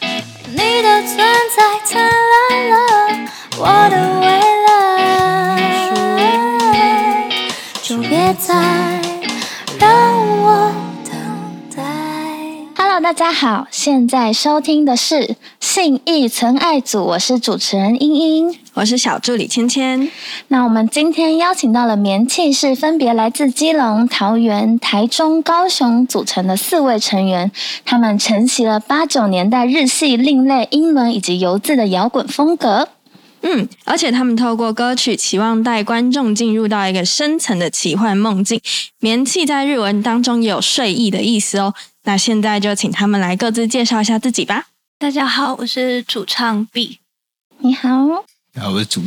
你的存在灿烂了我的未来，就别再让我等待。 Hello，大家好，现在收听的是《信义存爱组》，我是主持人英英。我是小助理芊芊。那我们今天邀请到了棉气是分别来自基隆、桃园、台中、高雄组成的四位成员，他们承袭了八九年代日系、另类、英伦以及游字的摇滚风格。嗯，而且他们透过歌曲，期望带观众进入到一个深层的奇幻梦境。棉气在日文当中也有睡意的意思哦。那现在就请他们来各自介绍一下自己吧。大家好，我是主唱 B。你好，然啊后我是主，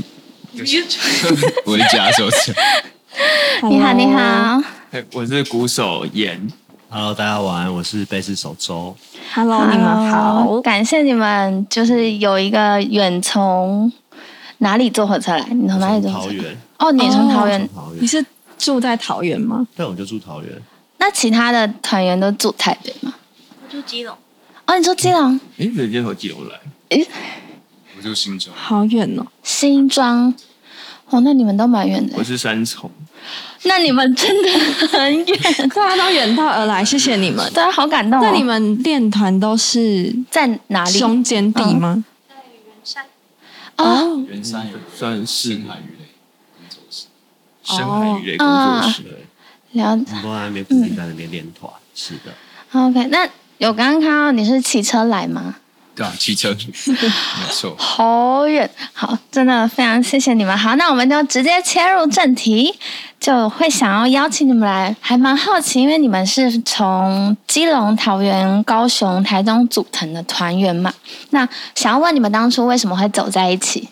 我是假手指。你好，你好 我是鼓手严， Hello，大家晚安，我是贝斯手周。 ，Hello，你们好。感谢你们，就是有一个远从哪里坐火车来？你从哪里我坐从火桃车？园，哦，你从桃嗯园。从桃你园，是住在桃园吗？但我就住桃园。那其他的团员都住台北吗？我住基隆，哦，你住基隆、诶，人家从基隆来，我就心中好远哦。新庄。哦，那你们都蛮远的我。是三重，那你们真的很远，大家都远道而来，谢谢你们。对啊，好感动、哦。那你们练团都是在哪里？胸间地吗？哦，原山有嗯算是深海鱼类工作室，深海鱼类哦工啊作室。对，了我解。哦们都在那边固定在那边练团。是的， OK，那有刚刚看到你是骑车来吗？对啊，汽车，没错。好远，好，真的非常谢谢你们。好，那我们就直接切入正题，就会想要邀请你们来，还蛮好奇，因为你们是从基隆、桃园、高雄、台中组成的团员嘛，那想要问你们当初为什么会走在一起？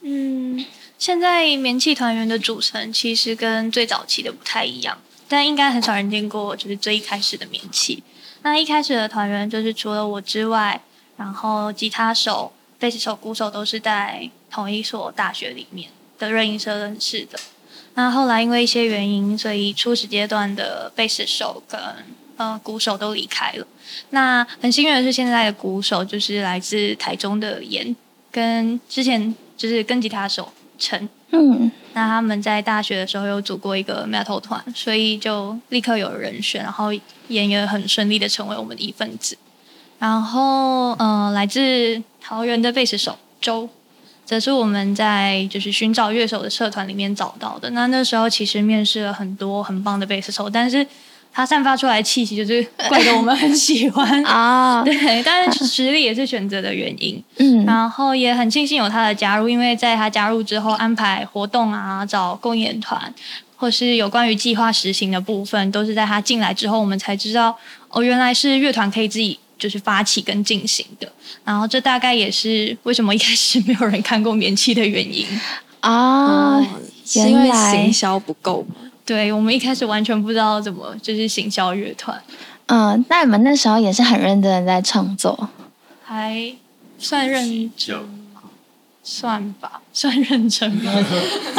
嗯，现在棉气团员的组成其实跟最早期的不太一样，但应该很少人见过，就是最一开始的棉气。那一开始的团员就是除了我之外，然后吉他手、贝斯手、鼓手都是在同一所大学里面的热音社认识的。那后来因为一些原因，所以初始阶段的贝斯手跟呃鼓手都离开了。那很幸运的是，现在的鼓手就是来自台中的严，跟之前就是跟吉他手陈。嗯，那他们在大学的时候有组过一个 metal 团，所以就立刻有人选，然后演也很顺利的成为我们的一份子。然后，嗯、来自桃园的贝斯手周，则是我们在就是寻找乐手的社团里面找到的。那那时候其实面试了很多很棒的贝斯手，但是他散发出来的气息就是怪得我们很喜欢。哦， 对，但是实力也是选择的原因。嗯，然后也很庆幸有他的加入，因为在他加入之后，安排活动啊，找共演团，或是有关于计划实行的部分，都是在他进来之后，我们才知道哦，原来是乐团可以自己就是发起跟进行的。然后这大概也是为什么一开始没有人看过棉期的原因。哦，是因为原来行销不够吗？对我们一开始完全不知道怎么就是行销乐团，嗯，那你们那时候也是很认真的在创作，还算认叫算吧，算认真吧。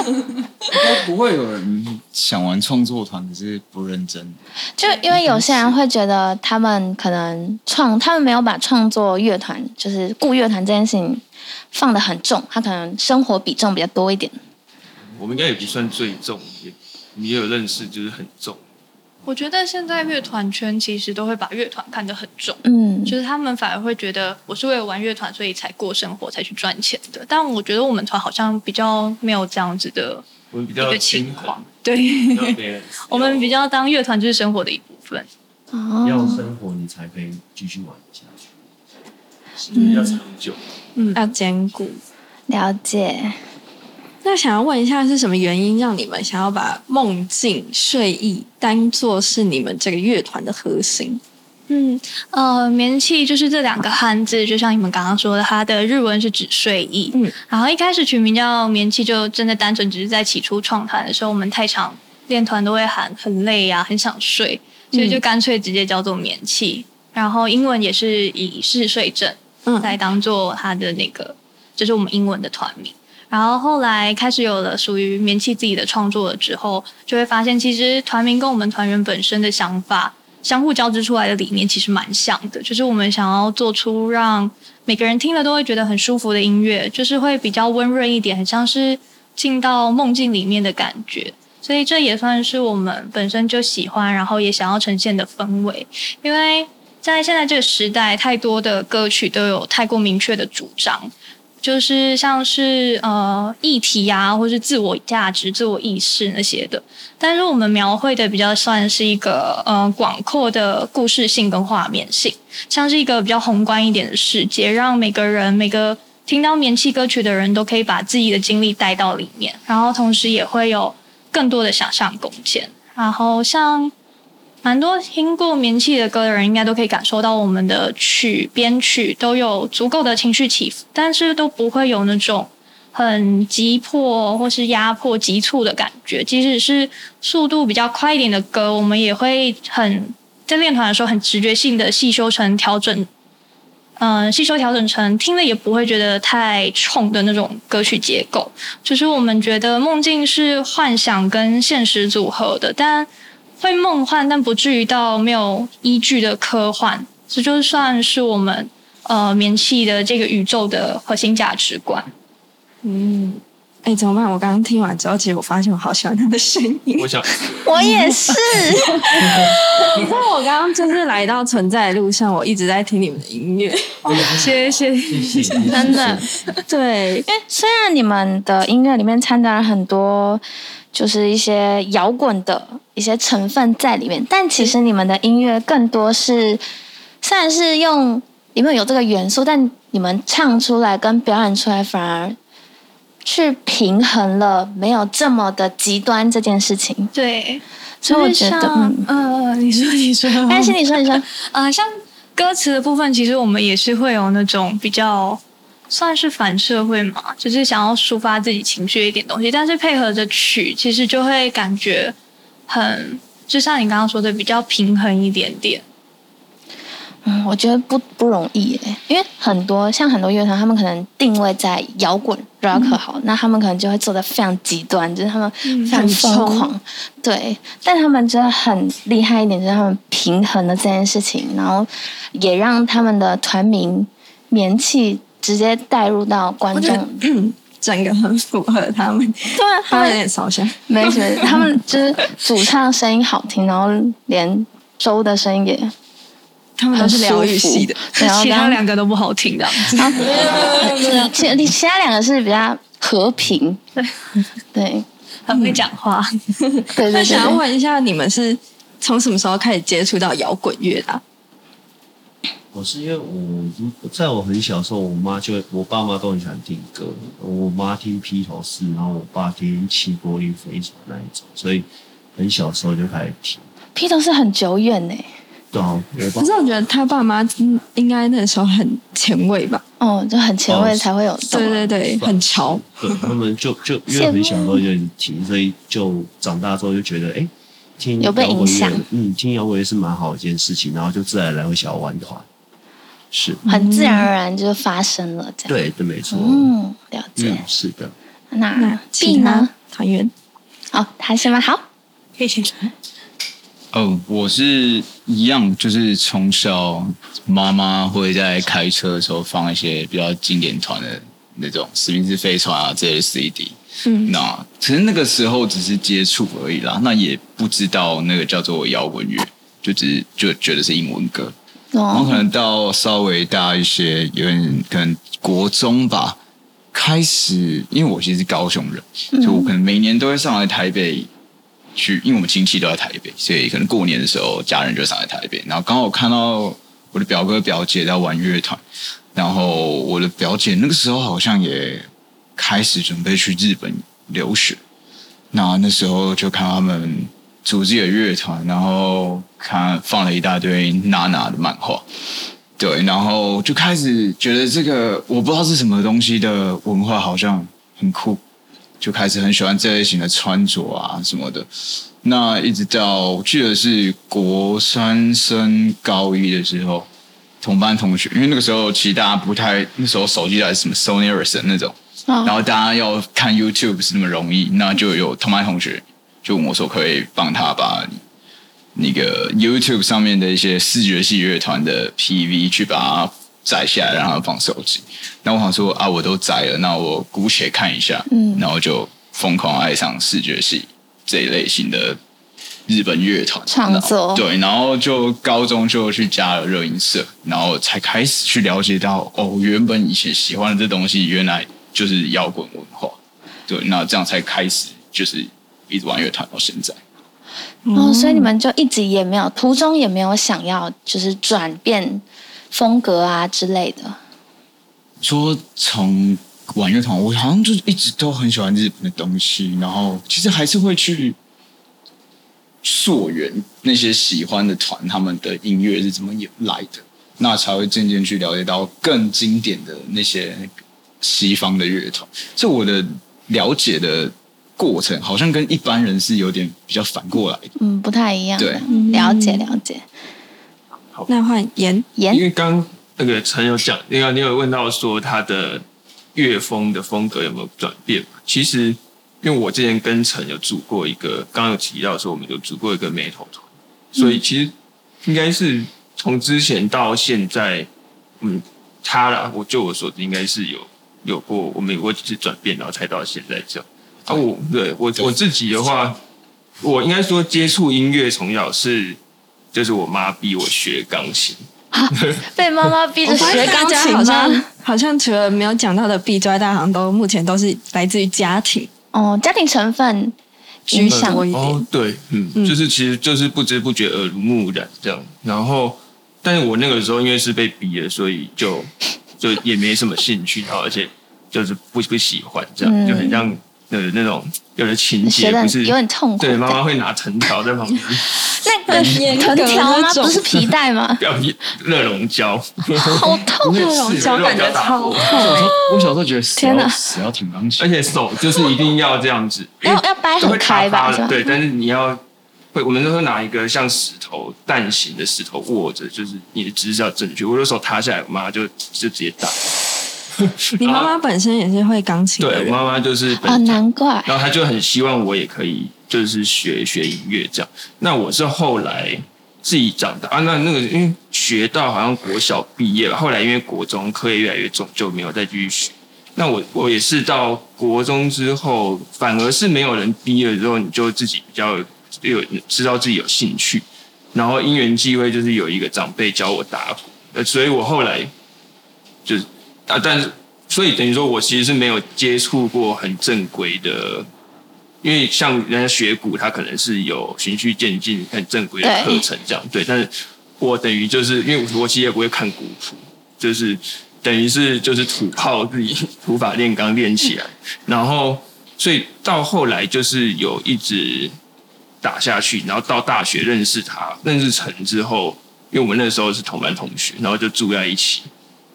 应该不会有人想玩创作团，可是不认真。就因为有些人会觉得他们可能创，他们没有把创作乐团，就是雇乐团这件事情放得很重，他可能生活比重比较多一点。我们应该也不算最重，也你也有认识，就是很重。我觉得现在乐团圈其实都会把乐团看得很重，嗯，就是他们反而会觉得我是为了玩乐团，所以才过生活，才去赚钱的。但我觉得我们团好像比较没有这样子的，我们比一较个情平衡，对比较 balance 我们比较当乐团就是生活的一部分。要哦，生活你才可以继续玩下去。嗯比较长久。要兼顾。了解。那想要问一下，是什么原因让你们想要把梦境、睡意当做是你们这个乐团的核心？嗯，呃，棉气就是这两个汉字，就像你们刚刚说的，它的日文是指睡意。嗯，然后一开始取名叫棉气，就真的单纯只是在起初创团的时候，我们太常练团都会喊很累呀、很想睡，所以就干脆直接叫做棉气。然后英文也是以嗜睡症嗯来当做它的那个，就是我们英文的团名。然后后来开始有了属于棉气自己的创作了之后，就会发现其实团名跟我们团员本身的想法相互交织出来的理念其实蛮像的，就是我们想要做出让每个人听了都会觉得很舒服的音乐，就是会比较温润一点，很像是进到梦境里面的感觉。所以这也算是我们本身就喜欢，然后也想要呈现的氛围。因为在现在这个时代，太多的歌曲都有太过明确的主张，就是像是呃议题啊，或是自我价值、自我意识那些的。但是我们描绘的比较算是一个呃广阔的故事性跟画面性，像是一个比较宏观一点的世界，让每个人每个听到棉气歌曲的人都可以把自己的经历带到里面，然后同时也会有更多的想象空间。然后像蛮多听过棉气的歌的人，应该都可以感受到我们的曲编曲都有足够的情绪起伏，但是都不会有那种很急迫或是压迫、急促的感觉。即使是速度比较快一点的歌，我们也会很在练团的时候很直觉性的细修成调整，嗯、细修调整成听了也不会觉得太冲的那种歌曲结构。就是我们觉得梦境是幻想跟现实组合的，但会梦幻，但不至于到没有依据的科幻。这就算是我们呃棉气的这个宇宙的核心价值观。嗯，哎，怎么办？我刚刚听完之后，其实我发现我好喜欢他的声音。我想我也是，你知道我刚刚就是来到存在的路上，我一直在听你们的音 乐。谢谢。真的。对，因为虽然你们的音乐里面掺杂了很多，就是一些摇滚的一些成分在里面，但其实你们的音乐更多是，虽然是用里面有这个元素，但你们唱出来跟表演出来反而去平衡了，没有这么的极端这件事情。对，所以我觉就是得，像嗯，呃，你说你说，但是你说，你说， 呃，像歌词的部分，其实我们也是会有那种比较算是反社会嘛，就是想要抒发自己情绪一点东西，但是配合着曲，其实就会感觉很，就像你刚刚说的，比较平衡一点点。嗯，我觉得不不容易耶，因为很多像很多乐团，他们可能定位在摇滚嗯 rock 好，那他们可能就会做的非常极端，就是他们非常疯狂，对。但他们真的很厉害一点，就是他们平衡了这件事情，然后也让他们的团名名气直接带入到观我觉得众。嗯，整个很符合他们，对啊，他们有点烧香。没觉得，他们就是主唱声音好听，然后连周的声音也他们都很是疗愈舒服系的，对然后其刚他刚两个都不好听的， 其其其他两个是比较和平，对很会讲话。对对那对想要对。问一下，你们是从什么时候开始接触到摇滚乐的啊、我是因为我如果在我很小的时候，我妈就会，我爸妈都很喜欢听歌，我妈听披头士，然后我爸听齐柏林飞船那一种，所以很小的时候就开始听。披头士很久远呢，对啊，我爸可是我觉得他爸妈嗯应该那时候很前卫吧？哦，就很前卫才会有这对种。对对，很潮。对他们就就因为很小时候就听，所以就长大之后就觉得，哎、听有被摇滚影乐响嗯，听摇滚乐是蛮好的一件事情，然后就自然而然会想要玩团。是，很自然而然就发生了这样。对，对，没错，嗯，了嗯解，。是的。那那其 B 他呢？团员，哦，还是吗？好，谢谢。哦，我是一样，就是从小妈妈会在开车的时候放一些比较经典团的那种史密斯飞船啊这些 CD。嗯，那其实那个时候只是接触而已啦，那也不知道那个叫做摇滚乐，就只是就觉得是英文歌。然后可哦，能到稍微大一些，有点可能国中吧，开始，因为我其实是高雄人，所以我可能每年都会上来台北去，因为我们亲戚都在台北，所以可能过年的时候家人就上来台北。然后刚好看到我的表哥表姐在玩乐团，然后我的表姐那个时候好像也开始准备去日本留学，那那时候就看他们组织的乐团，然后看放了一大堆娜娜的漫画，对，然后就开始觉得这个我不知道是什么东西的文化好像很酷，就开始很喜欢这类型的穿着啊什么的。那一直到我记得是国三升高一的时候，同班同学，因为那个时候其实大家不太，那时候手机还是什么 Sony Ericsson 那种，哦然后大家要看 YouTube 不是那么容易，那就有同班同学就问我说，可不可以帮他把那个 YouTube 上面的一些视觉系乐团的 PV 去把它摘下来让他放手机。那我想说啊，我都摘了，那我姑且看一下，嗯然后就疯狂爱上视觉系这一类型的日本乐团创作然后对，然后就高中就去加了热音社，然后才开始去了解到哦，原本以前喜欢的这东西，原来就是摇滚文化。对，那这样才开始就是一直玩乐团到现在。哦，所以你们就一直也没有，途中也没有想要就是转变风格啊之类的。说从玩乐团，我好像就一直都很喜欢日本的东西，然后其实还是会去溯源那些喜欢的团他们的音乐是怎么来的，那才会渐渐去了解到更经典的那些西方的乐团。所以我的了解的过程，好像跟一般人是有点比较反过来的。嗯，不太一样。对嗯了解了解。那换盐，严因为刚刚那个陈有讲，那个你有问到说他的乐风的风格有没有转变嘛？其实，因为我之前跟陈有组过一个，刚刚有提到说我们有组过一个 metal 团，所以其实应该是从之前到现在，嗯，他啦，我就我所知应该是有有过我们有过几次转变，然后才到现在这样。啊，我对我我自己的话，我应该说接触音乐从小是，就是我妈逼我学钢琴，被妈妈逼着我发学现钢大家琴好吗像？好像除了没有讲到的弊之外，大家好像都目前都是来自于家庭哦，家庭成分影居响多一点。哦，对，嗯，嗯就是其实就是不知不觉耳濡目染这样。然后，但是我那个时候因为是被逼的，所以就就也没什么兴趣，然后而且就是不不喜欢这嗯样，就很像呃那种有的情学节的不是有点痛苦对，妈妈的。会拿藤条在旁边？那个藤条吗？不是皮带吗 要热熔胶，好痛热哦！胶感觉超我小时候觉得死天哪要死要挺钢而琴，且手就是一定要这样子，因为 要要掰都会哎很开吧，塌是吧？塌的对，但是你要会，我们都会拿一个像石头蛋形的石头握着，就是你的姿势要正确。我有时候塌下来，我妈就就直接打。你妈妈本身也是会钢琴的对我人，妈妈就是本哦，难怪。然后她就很希望我也可以就是学学音乐这样。那我是后来自己长大啊，那那个因为学到好像国小毕业吧，后来因为国中课业越来越重，就没有再继续学。那我我也是到国中之后，反而是没有人毕业之后，你就自己比较有知道自己有兴趣，然后因缘际会就是有一个长辈教我打鼓，呃，所以我后来就是啊，但是所以等于说我其实是没有接触过很正规的。因为像人家学鼓，它可能是有循序渐进、很正规的对课程这样，对。但是我等于就是因为我其实也不会看古谱，就是等于是就是土炮自己土法炼钢练起来，然后所以到后来就是有一直打下去，然后到大学认识他，认识陈之后，因为我们那时候是同班同学，然后就住在一起，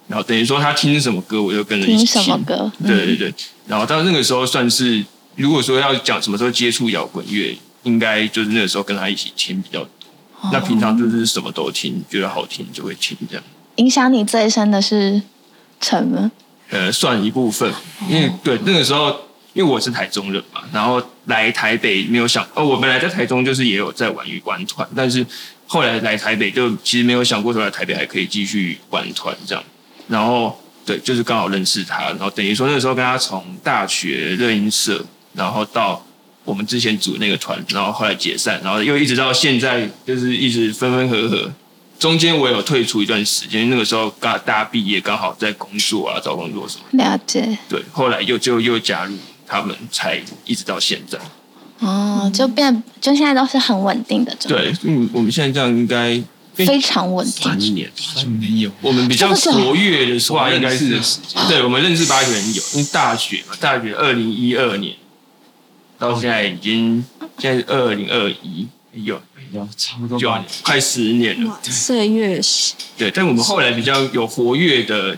然后等于说他听什么歌，我就跟着一起听什么歌？嗯嗯对对对，然后到那个时候算是，如果说要讲什么时候接触摇滚乐，应该就是那个时候跟他一起听比较多。那平常就是什么都听，觉得好听就会听这样。影响你最深的是什么？呃，算一部分，因为对那个时候，因为我是台中人嘛，然后来台北没有想哦，我本来在台中就是也有在玩一玩团，但是后来来台北就其实没有想过说来台北还可以继续玩团这样，然后对，就是刚好认识他，然后等于说那时候跟他从大学热音社，然后到我们之前组那个团，然后后来解散，然后又一直到现在就是一直分分合合，中间我有退出一段时间，那个时候刚大家毕业，刚好在工作啊，找工作什么。了解对，后来又就又加入他们，才一直到现在。哦，就变就现在都是很稳定的状态，对，嗯，我们现在这样应该，非常稳定。三年，没有。我们比较差不多活跃的话，应该我是认识的时对，我们认识八个人有，因为大学嘛，大学二零一二年到现在已经现在是二零二一，有要差不多九吧年，快十年了。哇岁月是对，但我们后来比较有活跃的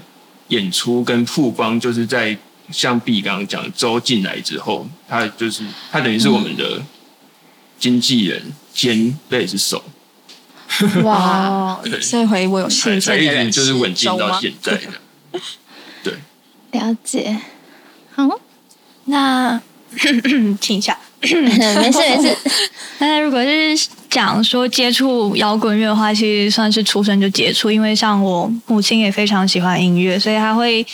演出跟曝光，就是在像 B 刚刚讲周进来之后，他就是他等于是我们的经纪人兼贝斯手，哦哇，哇对，这啊回我有才信才件一的人直就是稳定周到吗现在 的。对，了解。好，那停一下， 没事没事。 那如果是讲说接触摇滚乐的话，其实算是出生就接触，因为像我母亲也非常喜欢音乐，所以她会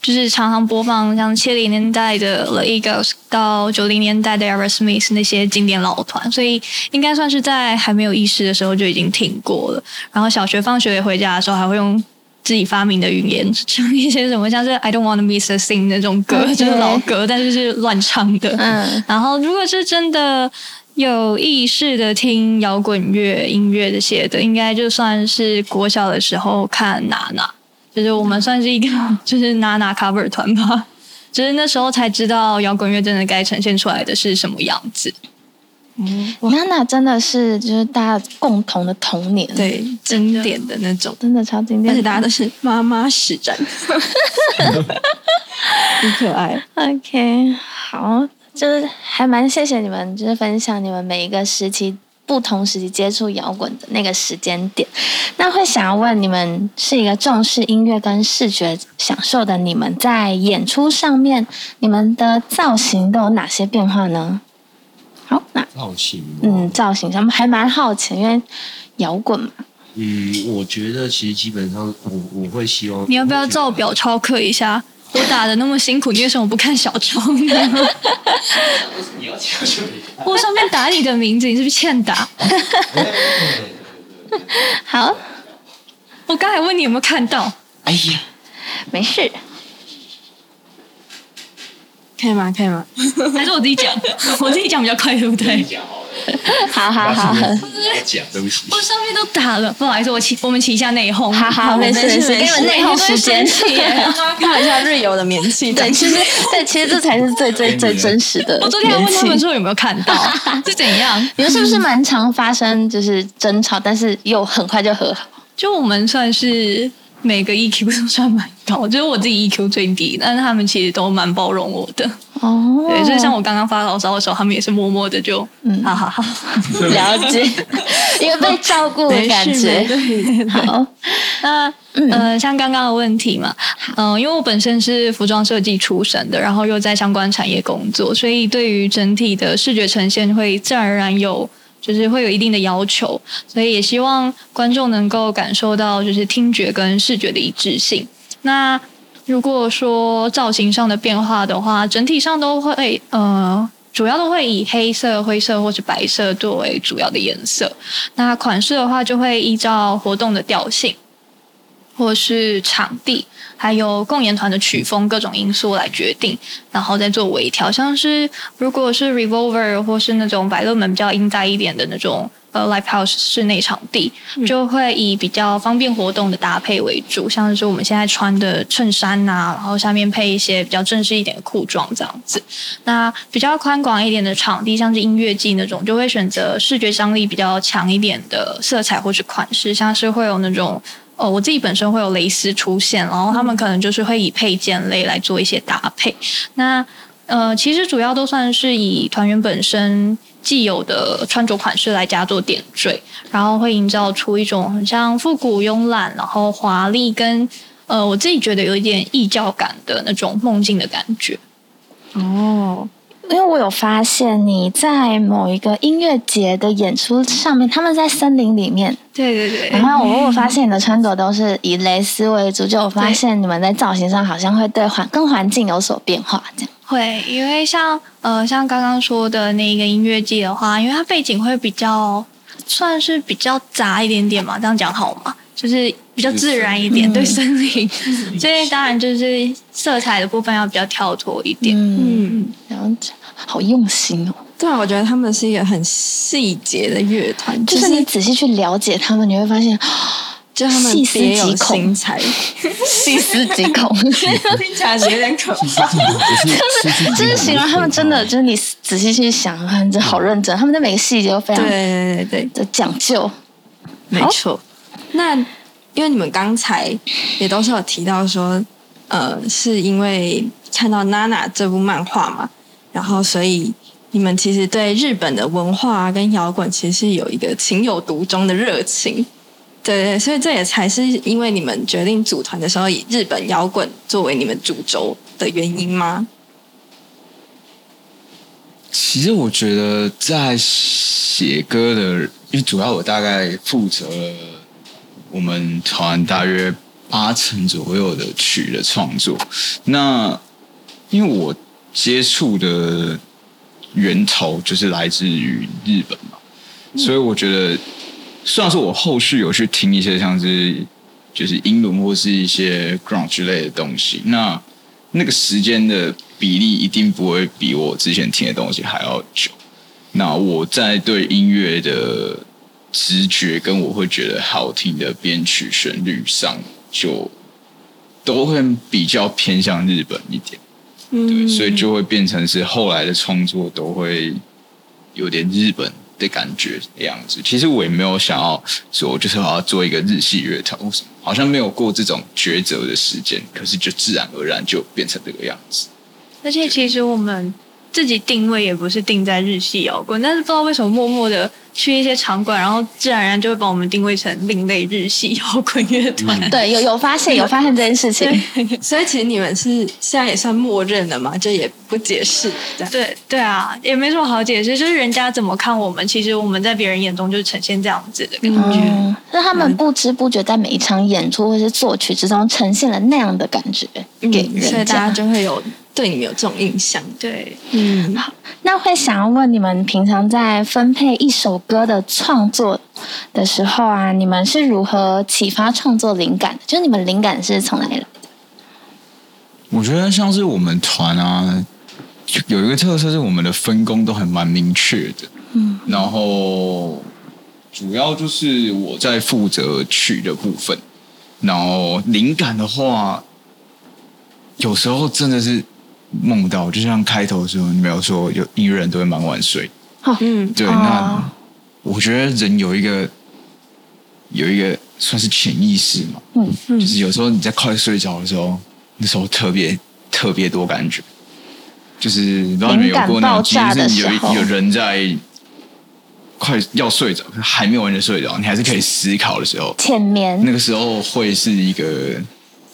就是常常播放像七零年代的 The Eagles 到九零年代的 Aerosmith 那些经典老团，所以应该算是在还没有意识的时候就已经听过了。然后小学放学回家的时候，还会用。自己发明的语言，唱一些什么像是 "I don't wanna miss a thing" 那种歌 OK 就是老歌，但是是乱唱的。嗯，然后，如果是真的有意识的听摇滚乐音乐这些的，应该就算是国小的时候看娜娜，就是我们算是一个就是娜娜 cover 团吧，就是那时候才知道摇滚乐真的该呈现出来的是什么样子。娜娜真的是就是大家共同的童年，，对，经典的那种，真的超经典，而且大家都是妈妈实 战， 很可爱。 OK，好，就是还蛮谢谢你们，就是分享你们每一个时期不同时期接触摇滚的那个时间点。那会想要问你们，是一个重视音乐跟视觉享受的你们，在演出上面，你们的造型都有哪些变化呢？好，那造型嘛，嗯，造型上面还蛮好奇，因为摇滚嘛，嗯，我觉得其实基本上我我会希望你要不要照表抄课一下？我打的那么辛苦，你为什么不看小抄呢？我上面打你的名字，你是不是欠打？好，我刚才问你有没有看到？哎呀，没事，可以吗？可以吗？还是我自己 讲，我自己讲比较快，对不对？好好好，讲对不起，我上面都打了，不好意思，我起我们起一下内讧。好好，没事没事，给你们内讧时间。 。看一下日游的免气对，其实对，其实这才是最最最真实的我昨天还问他们说，说有没有看到， 是怎样？你们是不是蛮常发生就是争吵，但是又很快就和好？就我们算是每个 EQ 都算蛮高，就是我自己 EQ 最低，但是他们其实都蛮包容我的。哦对，所以像我刚刚发牢骚的时候，他们也是默默的就，嗯哈哈哈。了 解，一个被照顾的感觉。好，那呃，像刚刚的问题嘛，嗯、因为我本身是服装设计出身的，然后又在相关产业工作，所以对于整体的视觉呈现会自然而然有。就是会有一定的要求，所以也希望观众能够感受到就是听觉跟视觉的一致性。那如果说造型上的变化的话，整体上都会呃，主要都会以黑色、灰色或是白色作为主要的颜色。那款式的话，就会依照活动的调性，或是场地，还有共演团的曲风各种因素来决定，然后再做微调。像是如果是 Revolver 或是那种百乐门比较阴呆一点的那种。呃，live house 室内场地就会以比较方便活动的搭配为主，像是我们现在穿的衬衫呐、然后下面配一些比较正式一点的裤装这样子。那比较宽广一点的场地，像是音乐季那种，就会选择视觉张力比较强一点的色彩或是款式，像是会有那种。哦，我自己本身会有蕾丝出现，然后他们可能就是会以配件类来做一些搭配。那呃，其实主要都算是以团员本身既有的穿着款式来加做点缀，然后会营造出一种很像复古慵懒，然后华丽跟呃我自己觉得有一点异教感的那种梦境的感觉。哦，因为我有发现你在某一个音乐节的演出上面，他们在森林里面，对对对然后我我发现你的穿着都是以蕾丝为主，就我发现你们在造型上好像会对环跟环境有所变化，这样。会，因为像呃，像刚刚说的那个音乐季的话，因为它背景会比较算是比较杂一点点嘛，这样讲好吗？就是比较嗯自然一点，对森林，所以当然就是色彩的部分要比较跳脱一点。嗯，嗯，然后好用心哦。对啊，我觉得他们是一个很细节的乐团，就是你仔细去了解他们，你会发现就他们细思别有极恐心裁，细思极恐。 听起来有点可怕。就是形容他们真的，就是你仔细去想，他们真的好认真，他们的每个细节都非对常对对对，的讲究。没错。那因为你们刚才也都是有提到说，呃，是因为看到《娜娜》这部漫画嘛，然后所以你们其实对日本的文化、啊、跟摇滚其实是有一个情有独钟的热情。对对，所以这也才是因为你们决定组团的时候以日本摇滚作为你们主轴的原因吗？其实我觉得在写歌的，因为主要我大概负责了我们团大约八成左右的曲的创作。那因为我接触的源头就是来自于日本嘛，所以我觉得，虽然说我后续有去听一些像是就是英伦或是一些 grunge 之类的东西，那那个时间的比例一定不会比我之前听的东西还要久。那我在对音乐的直觉跟我会觉得好听的编曲旋律上，就都会比较偏向日本一点。对，所以就会变成是后来的创作都会有点日本的感觉的样子。其实我也没有想要说，就是我要做一个日系乐团，或什么，好像没有过这种抉择的时间，可是就自然而然就变成这个样子。而且其实我们自己定位也不是定在日系摇滚，但是不知道为什么默默的去一些场馆，然后自然而然就会把我们定位成另类日系摇滚乐团。对，有有发 现，有发现这件事情。所以其实你们是现在也算默认了嘛，就也不解释这样。对对啊，也没什么好解释，就是人家怎么看我们，其实我们在别人眼中就是呈现这样子的感觉。嗯，让他们不知不觉在每一场演出或是作曲之中呈现了那样的感觉给人嗯所以大家家就会有对你们有这种印象。对，嗯，那会想要问你们，平常在分配一首歌的创作的时候啊，你们是如何启发创作灵感的？就是你们灵感是从哪里来的？我觉得像是我们团啊，就有一个特色是我们的分工都还蛮明确的。嗯，然后主要就是我在负责曲的部分，然后灵感的话，有时候真的是梦到，就像开头的时候你没有说，有音乐人都会蛮晚睡。嗯，对，哦那我觉得人有一个有一个算是潜意识嘛，嗯就是有时候你在快睡着的时候，那时候特别特别多感觉，就是不知道你们有过那种经灵感爆炸历，的就是时候有有人在快要睡着，还没有完全睡着，你还是可以思考的时候，浅眠那个时候会是一个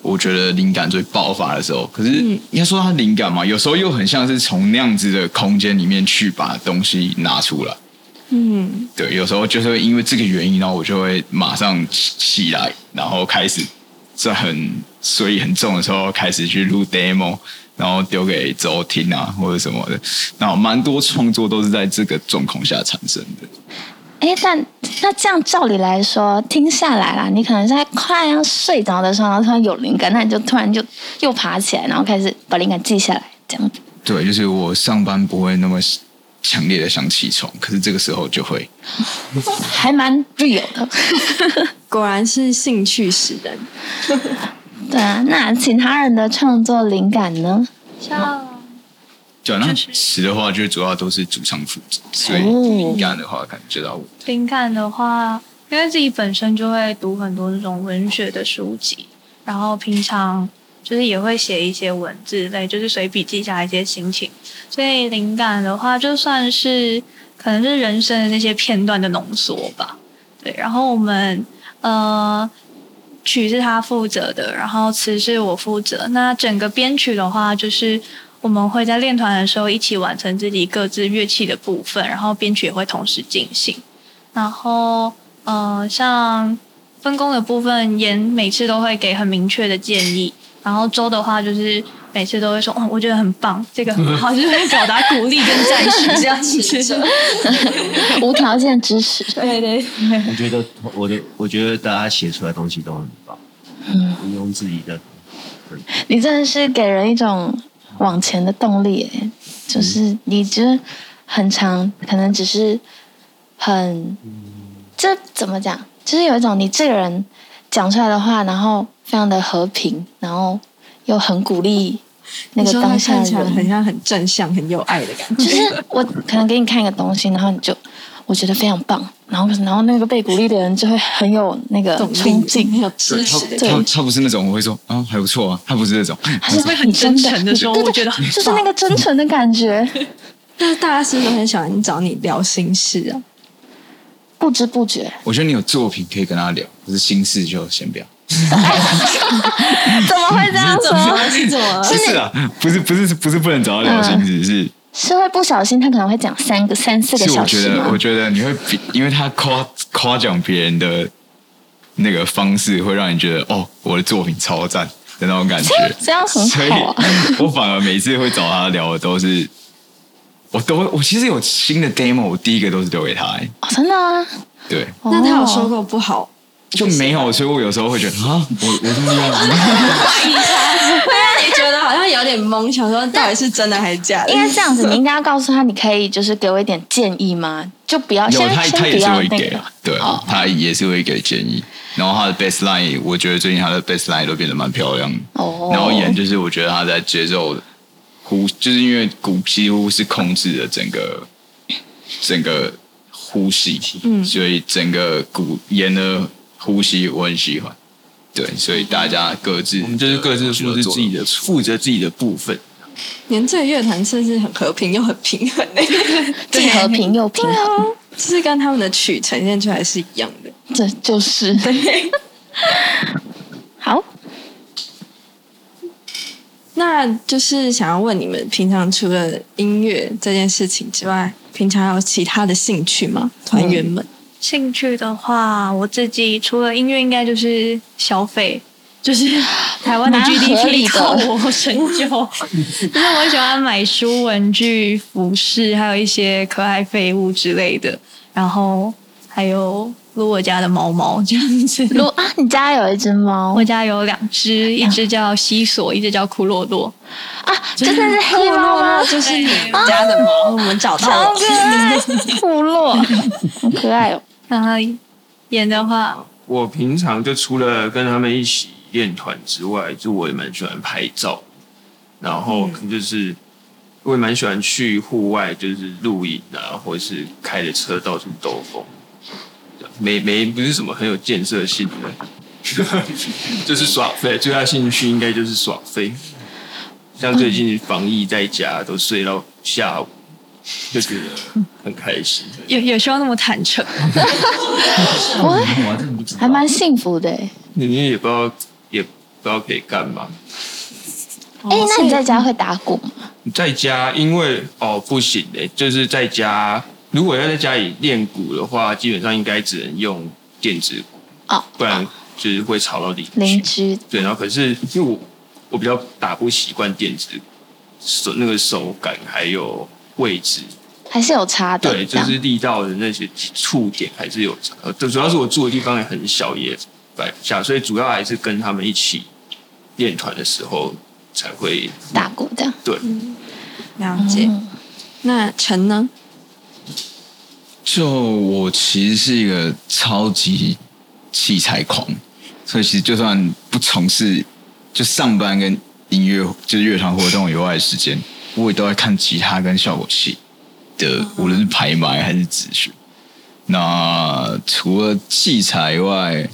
我觉得灵感最爆发的时候。可是应该说它灵感嘛，有时候又很像是从那样子的空间里面去把东西拿出来。嗯，对，有时候就是会因为这个原因，然后我就会马上起起来，然后开始在很睡意很重的时候开始去录 demo，然后丢给周听啊或者什么的。那蛮多创作都是在这个状况下产生的。哎，但那这样照理来说，听下来啦，你可能在快要睡着的时候，然后突然有灵感，那你就突然就又爬起来，然后开始把灵感记下来，这样子。对，就是我上班不会那么强烈的想起床，可是这个时候就会。还蛮 real 的。果然是兴趣使人。对啊，那其他人的创作灵感呢？像对，啊那就是词的话，就主要都是主唱负责，所以哦灵感的话感觉到我。灵感的话，因为自己本身就会读很多那种文学的书籍，然后平常就是也会写一些文字类，就是随笔记下一些心情。所以灵感的话，就算是可能是人生的那些片段的浓缩吧。对，然后我们呃曲是他负责的，然后词是我负责。那整个编曲的话，就是我们会在练团的时候一起完成自己各自乐器的部分，然后编曲也会同时进行。然后，呃，像分工的部分，妍每次都会给很明确的建议，然后周的话就是每次都会说，哦，我觉得很棒，这个很好，就是会表达鼓励跟赞许这样子。无条件支持。对对我觉得我的，我觉得大家写出来的东西都很棒，毋庸置疑的。你真的是给人一种往前的动力，哎，就是你就是很长，可能只是很，这怎么讲？就是有一种你这个人讲出来的话，然后非常的和平，然后又很鼓励那你个说他当下看起来的很人。像很正向、很有爱的感觉。就是我可能给你看一个东西，然后你就我觉得非常棒，然后然后那个被鼓励的人就会很有那个动力冲劲，很有支持的感觉他他不是那种我会说啊还不错啊，他不是那种， 他是会很真诚的说，我觉得就是那个真诚的感觉，但是大家是不是很喜欢找你聊心事 啊？不知不觉，我觉得你有作品可以跟他聊，可是心事就先 不要。怎么会这样说？是怎么了？啊啊嗯不是啊，不是不是不是不能找他聊心事，是是会不小心，他可能会讲三个、三四个是小我觉时得，吗。我？觉得你会比，因为他夸夸奖别人的那个方式，会让你觉得哦，我的作品超赞的那种感觉这样很所以好啊。我反而每次会找他聊的都是，我都我其实有新的 demo，我第一个都是丢给他、欸哦真的啊？对， 那他有说哦过不好？就没有，所以我有时候会觉得啊，我我这么 厉害吗，会让你觉得好像有点懵，想说到底是真的还是假的？应该这样子，你应该要告诉他，你可以就是给我一点建议吗？就不要有先他先他不也是要会那给个，，对哦，他也是会给建议。然后他的 baseline，我觉得最近他的 baseline 都变得蛮漂亮的。哦然后演就是我觉得他在节奏呼，就是因为鼓几乎是控制了整个整个呼吸，嗯，所以整个鼓演的呼吸我很喜欢。对，所以大家各自我们就是各自负责自己的，负责自己的部分。年最乐团算是很和平又很平衡的、既和平又平啊衡，就是跟他们的曲呈现出来是一样的。这就是对。 好，那就是想要问你们，平常除了音乐这件事情之外，平常有其他的兴趣吗？团员们，兴趣的话，我自己除了音乐，应该就是消费，就是台湾的蛮合理 GDP 的靠我成就。就是我喜欢买书、文具、服饰，还有一些可爱废物之类的，然后还有撸我家的猫猫这样子。如啊，你家有一只猫我家有两只，一只叫西索，一只叫库洛洛。啊，真的是黑猫吗？就是你们家的猫，哦我们找到好了可。爱，部落，好可爱 哦。然后演的话，我平常就除了跟他们一起练团之外，就我也蛮喜欢拍照，然后可能就是、我也蛮喜欢去户外，就是露营啊，或者是开着车到处兜风。没没不是什么很有建设性的， 就是耍废。最大兴趣应该就是耍废。像最近防疫在家都睡到下午，就觉得很开心。有有需要那么坦诚。还蛮幸福的欸。你你也不知道也不知道可以干嘛。哎、那你在家会打鼓吗？在家，因为哦不行的、就是在家，如果要在家里练鼓的话，基本上应该只能用电子鼓，哦，不然就是会吵到邻邻居。居对，然后可是因为我我比较打不习惯电子鼓手那个手感还有位置，还是有差的。对，这就样是力道的那些触点还是有差。呃主要是我住的地方也很小，也摆不下，所以主要还是跟他们一起练团的时候才会打鼓这样。对。了解。嗯那陈呢？就我其实是一个超级器材狂，所以其实就算不从事就上班跟音乐就是乐团活动以外的时间，我也都在看吉他跟效果器的，无论是排埋还是指学。那除了器材以外，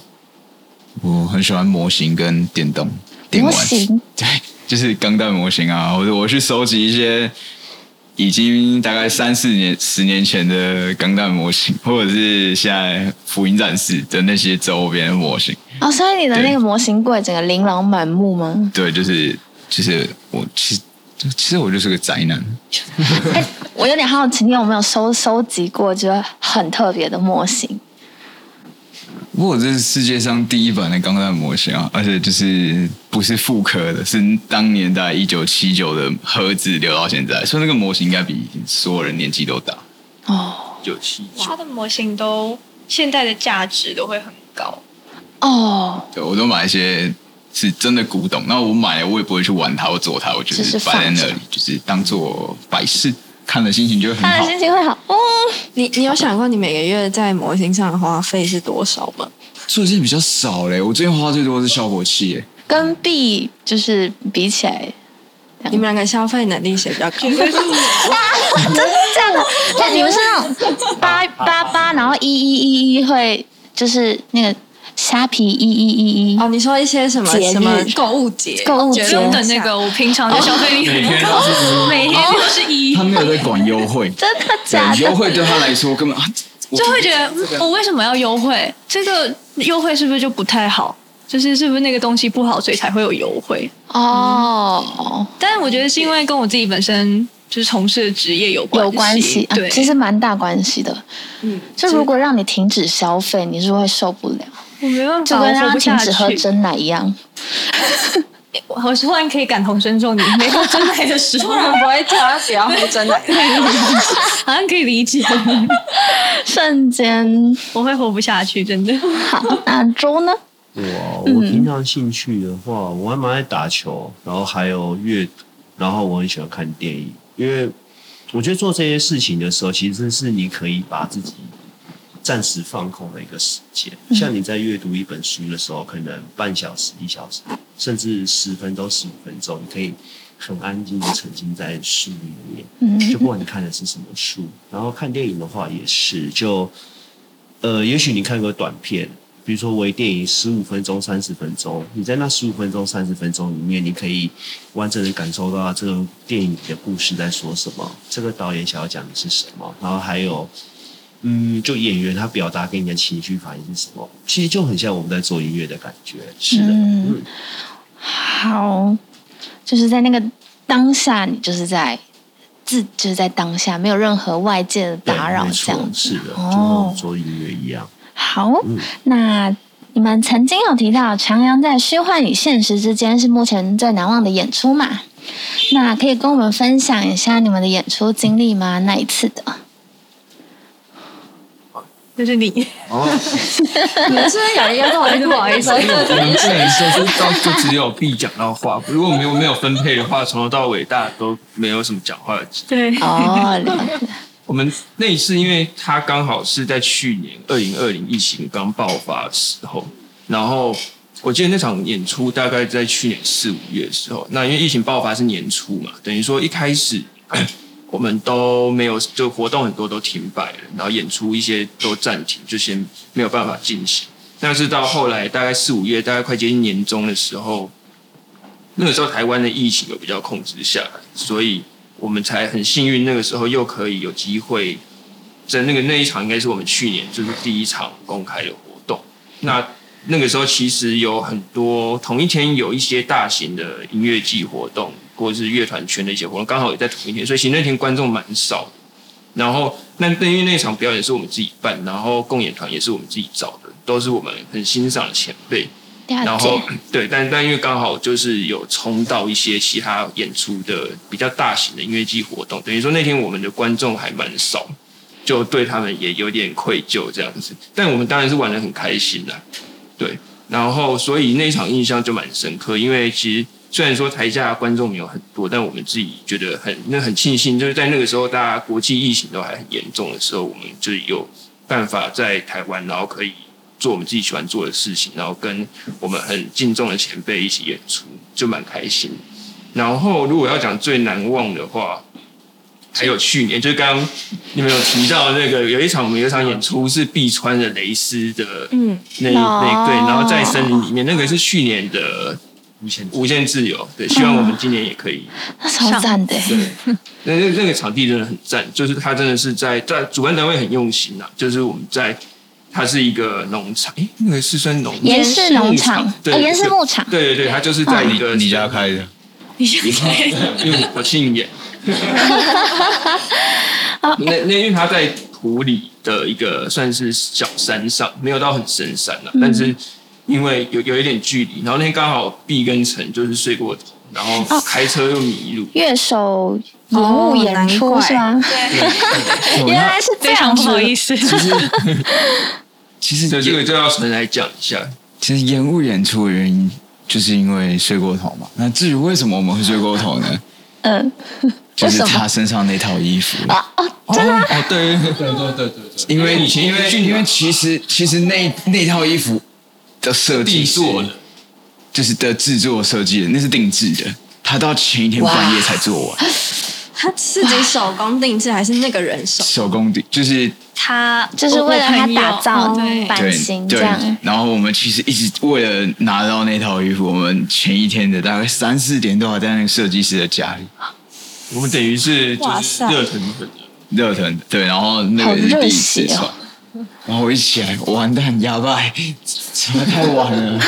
我很喜欢模型跟电动电玩模型，对， 就是钢弹模型啊，或者我去收集一些已经大概三四年、十年前的钢弹模型，或者是现在福音战士的那些周边的模型。哦，所以你的那个模型柜整个琳琅满目吗？对，就是就是我其实就其实我就是个宅男，哎，我有点好奇，你有没有收收集过就是很特别的模型？不过我这是世界上第一版的钢弹模型啊，而且就是不是复刻的，是当年在一九七九的盒子留到现在，所以那个模型应该比所有人年纪都大。哦九七九。它的模型都现在的价值都会很高。哦，对，我都买一些是真的古董。那我买了，我也不会去玩它或做它，我就只是是摆在放着那里，就是当做摆饰，看了心情就会很他的好。心情会好。嗯，你你有想过你每个月在模型上的花费是多少吗？最近比较少嘞，我最近花最多的是效果器嘞。跟 B 就是比起来，你们两个消费能力谁比较高？ 哦真的这样的？ 那你们是那种八八八，然后一一一一会就是那个虾皮一一一一哦，你说一些什么节日什么购物 节？购物节不用等那哦个，我平常的消费 力每很天高，每天都是一，哦他没有在管优惠， 真的假对，优的？惠对他来说根本 啊，我就会觉得嗯我为什么要优惠？这个优惠是不是就不太好？就是是不是那个东西不好，所以才会有优惠？哦，但是我觉得是因为跟我自己本身就是从事的职业有关有关系啊对，，其实蛮大关系的。嗯，就如果让你停止消费，你是会受不了，我没办就法，跟我活让不他停下止喝去。真奶一样。我我突然可以感同身受你没喝真奶的时 候，突然不会叫他不要喝真奶，好像可以理解。瞬间，我会活不下去，真的。好，那周呢？我我平常兴趣的话，我还蛮爱打球，然后还有阅读，然后我很喜欢看电影，因为我觉得做这些事情的时候，其实是你可以把自己暂时放空的一个时间。像你在阅读一本书的时候，可能半小时、一小时，甚至十分钟、十五分钟，你可以很安静的沉浸在书里面，就不管你看的是什么书。然后看电影的话也是，就呃，也许你看个短片，比如说微电影十五分钟、三十分钟，你在那十五分钟、三十分钟里面，你可以完整的感受到这个电影的故事在说什么，这个导演想要讲的是什么，然后还有。嗯，就演员他表达给你的情绪反应是什么？其实就很像我们在做音乐的感觉。是的，嗯好，就是在那个当下，你就是在自就是在当下，没有任何外界的对打扰，没这错样子。是的，就跟我哦们，做音乐一样。好，嗯那。你们曾经有提到徜徉在虚幻与现实之间是目前最难忘的演出嘛？那可以跟我们分享一下你们的演出经历吗？那一次的，就是你， 哦，你们是不是有一个不好意思，不好 意思，我们不能说就到就只有 B 讲到话，如果没有没有分配的话，从头到尾大家都没有什么讲话的机会对，哦，了解我们那一次，因为它刚好是在去年二零二零疫情刚爆发的时候，然后我记得那场演出大概在去年四五月的时候。那因为疫情爆发是年初嘛，等于说一开始 我们都没有，就活动很多都停摆了，然后演出一些都暂停，就先没有办法进行。但是到后来大概四五月，大概快接近年终的时候，那个时候台湾的疫情有比较控制下来，所以我们才很幸运，那个时候又可以有机会在那个那一场，应该是我们去年就是第一场公开的活动。那那个时候其实有很多同一天有一些大型的音乐季活动，或者是乐团圈的一些活动，刚好也在同一天，所以其实那天观众蛮少的。然后那那因为那场表演是我们自己办，然后共演团也是我们自己找的，都是我们很欣赏的前辈。然了后解，对，但但因为刚好就是有冲到一些其他演出的比较大型的音乐季活动，等于说那天我们的观众还蛮少，就对他们也有点愧疚这样子。但我们当然是玩的很开心啦，对。然后所以那一场印象就蛮深刻，因为其实虽然说台下观众没有很多，但我们自己觉得很那很庆幸，就是在那个时候大家国际疫情都还很严重的时候，我们就有办法在台湾，然后可以做我们自己喜欢做的事情，然后跟我们很敬重的前辈一起演出，就蛮开心的。然后如果要讲最难忘的话，还有去年，就是刚刚你们有提到那个有一场我们有一场演出是碧川的蕾丝的，嗯，那那对，然后在森林里面，那个是去年的无限无限自由，对，希望我们今年也可以那超赞的耶，那那那个场地真的很赞，就是它真的是在在主办单位很用心啊，就是我们在它是一个农场，诶，那个是算农场岩氏农场，对呃，岩氏牧场，对对对，它就是在一嗯你个你家，开的， 因为我姓严，啊那那因为它在湖里的一个算是小山上，没有到很深山嗯了、啊，但是因为有有一点距离，然后那天刚好 B 跟陈就是睡过头，然哦后开车又迷路，乐手文物演出、哦是吗？ 原来是这非样常不子好，意思。 其实所以这也个就要陈来讲一下。其实延误演出的原因就是因为睡过头嘛。那至于为什么我们会睡过头呢？嗯，就是为什么啊他身上那套衣服。哦哦，对对对对对对对，因为以前因为因为其实其实那那套衣服的设计定是做的，就是的制作设计的，那是定制的，他到前一天半夜才做完，他是指手工定制还是那个人手？手工的，就是他就是为了他打造我朋友哦版型对这对样。。然后我们其实一直为了拿到那套衣服，我们前一天的大概三四点都还在那个设计师的家里我们等于是就哇是塞热腾腾的。热腾，对，然后那好个是热第一血次哦 穿。然后我一起来，完蛋，哑巴，怎么太晚了？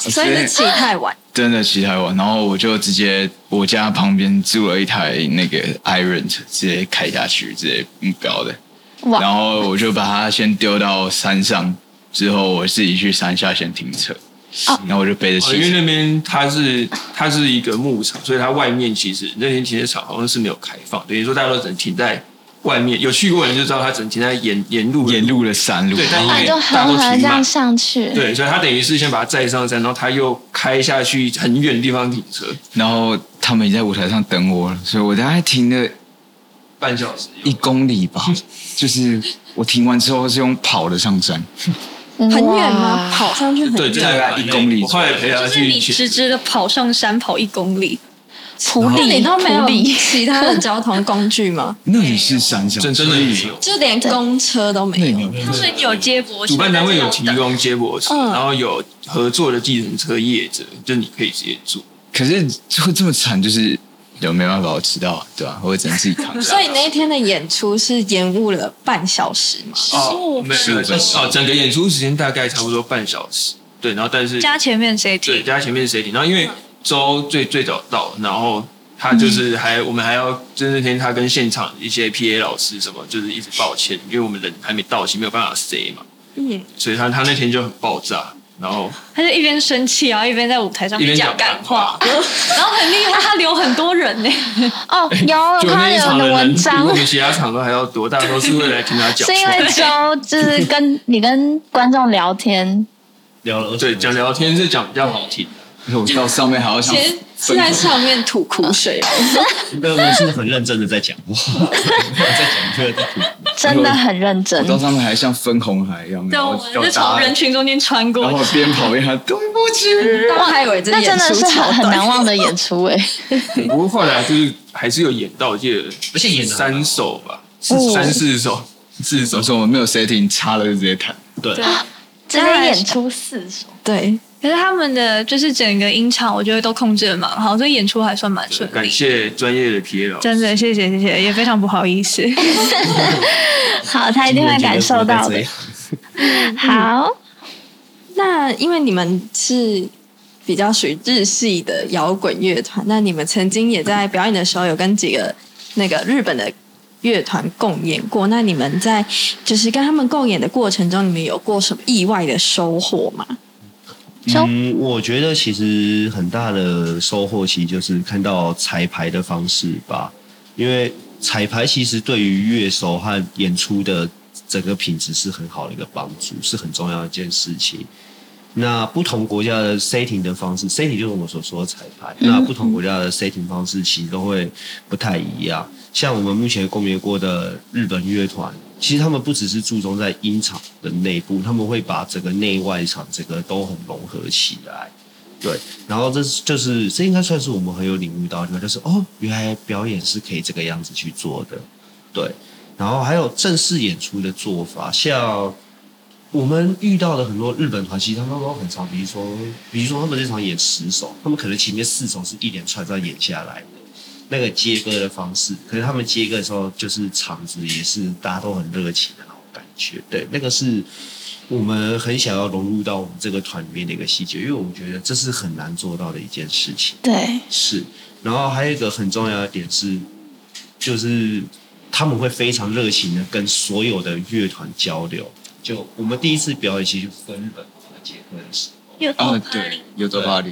所以是起太晚。真的骑台湾，然后我就直接我家旁边租了一台那个 iRent，直接开下去，直接目标的。哇然后我就把它先丢到山上，之后我自己去山下先停车，然后我就背着哦因为汽车。那边它是它是一个牧场，所以它外面其实那天停车场好像是没有开放，等于说大家都只能停在外面。有去过的人就知道，它只能停在沿沿路的沿路的山路，对但因那为就大狠家都狠骑地这样慢上去。对，所以他等于是先把它载上山，然后他又开下去很远的地方停车，然后他们已经在舞台上等我了，所以我大概停了半小时有一公里吧。就是我停完之后是用跑的上山，很很远吗？跑上去很对，远。这大概一公里我后来陪他就是去你直直的跑上山跑一公里，普里你都没有其他的交通工具吗？那里是山上，真真的所以是有 就连公车都没那里有。没有他们有接驳车，主办单位有但是提要等供接驳车，嗯然后有合作的计程车业者，就你可以直接坐。可是会这么惨，就是有没办法，我知道，对吧、我只能自己扛。所以那一天的演出是延误了半小时嘛？哦，没有没有分钟哦，整个演出时间大概差不多半小时，对，然后但是加前面谁对嗯停？加前面谁停，然后因为周最最早到，然后。他嗯就是还、我们还要，就是那天他跟现场一些 P A 老师什么，就是一直抱歉，因为我们人还没到齐，没有办法 say 嘛，嗯，所以他他那天就很爆炸，然后他就一边生气，然后一边在舞台上一边讲干干话，，然后很厉害，他留很多人呢。 哦，有我就看到那一有场你的的文人比章我，们其他场都还要多，大家都是为了来听他 讲是因话为。周就是跟你跟观众聊天，聊了20对，讲聊天是讲比较好听的，而且我到上面还要想其实是在上面吐苦水吧。没有， 我是很认真的在讲话，在讲这个。真的很认真我。到上面还像分红海一样，对，然我后们要是打从人群中间穿然后过我。边跑边喊对不起。大家还以为这那演真的出是超很很短难忘的演出哎、不过后来就是还是有演到，我记得而且演得很好三首吧，哦三四首，四首我。说我没有 setting，插了就直接弹。对，直接演出四首，对，可是他们的就是整个音场，我觉得都控制的蛮好，所以演出还算蛮顺感利。谢专业的 P A 老师，真的，谢谢谢谢，也非常不好意 思。好，他一定会感受到的。好，那因为你们是比较属于日系的摇滚乐团，那你们曾经也在表演的时候有跟几个那个日本的乐团共演过。那你们在就是跟他们共演的过程中，你们有过什么意外的收获吗？就嗯，我觉得其实很大的收获，其实就是看到彩排的方式吧，因为彩排其实对于乐手和演出的整个品质是很好的一个帮助，是很重要的一件事情。那不同国家的 setting 的方式，setting 就是我们所说的彩排。那不同国家的 setting 方式其实都会不太一样。像我们目前共演过的日本乐团，其实他们不只是注重在音场的内部，他们会把整个内外场整个都很融合起来。对，然后这是就是这应该算是我们很有领悟到的地方，就是哦，原来表演是可以这个样子去做的。对，然后还有正式演出的做法，像我们遇到的很多日本团，其实他们都很常，比如说，比如说他们这场演十首，他们可能前面四首是一连串这样演下来的，那个接歌的方式，可是他们接歌的时候，就是场子也是大家都很热情的那种感觉，对，那个是我们很想要融入到我们这个团里面的一个细节，因为我们觉得这是很难做到的一件事情。对，是，然后还有一个很重要的点是，就是他们会非常热情的跟所有的乐团交流。就我们第一次表演，其实就是跟日本团结合的时候，哦，对，有走巴黎，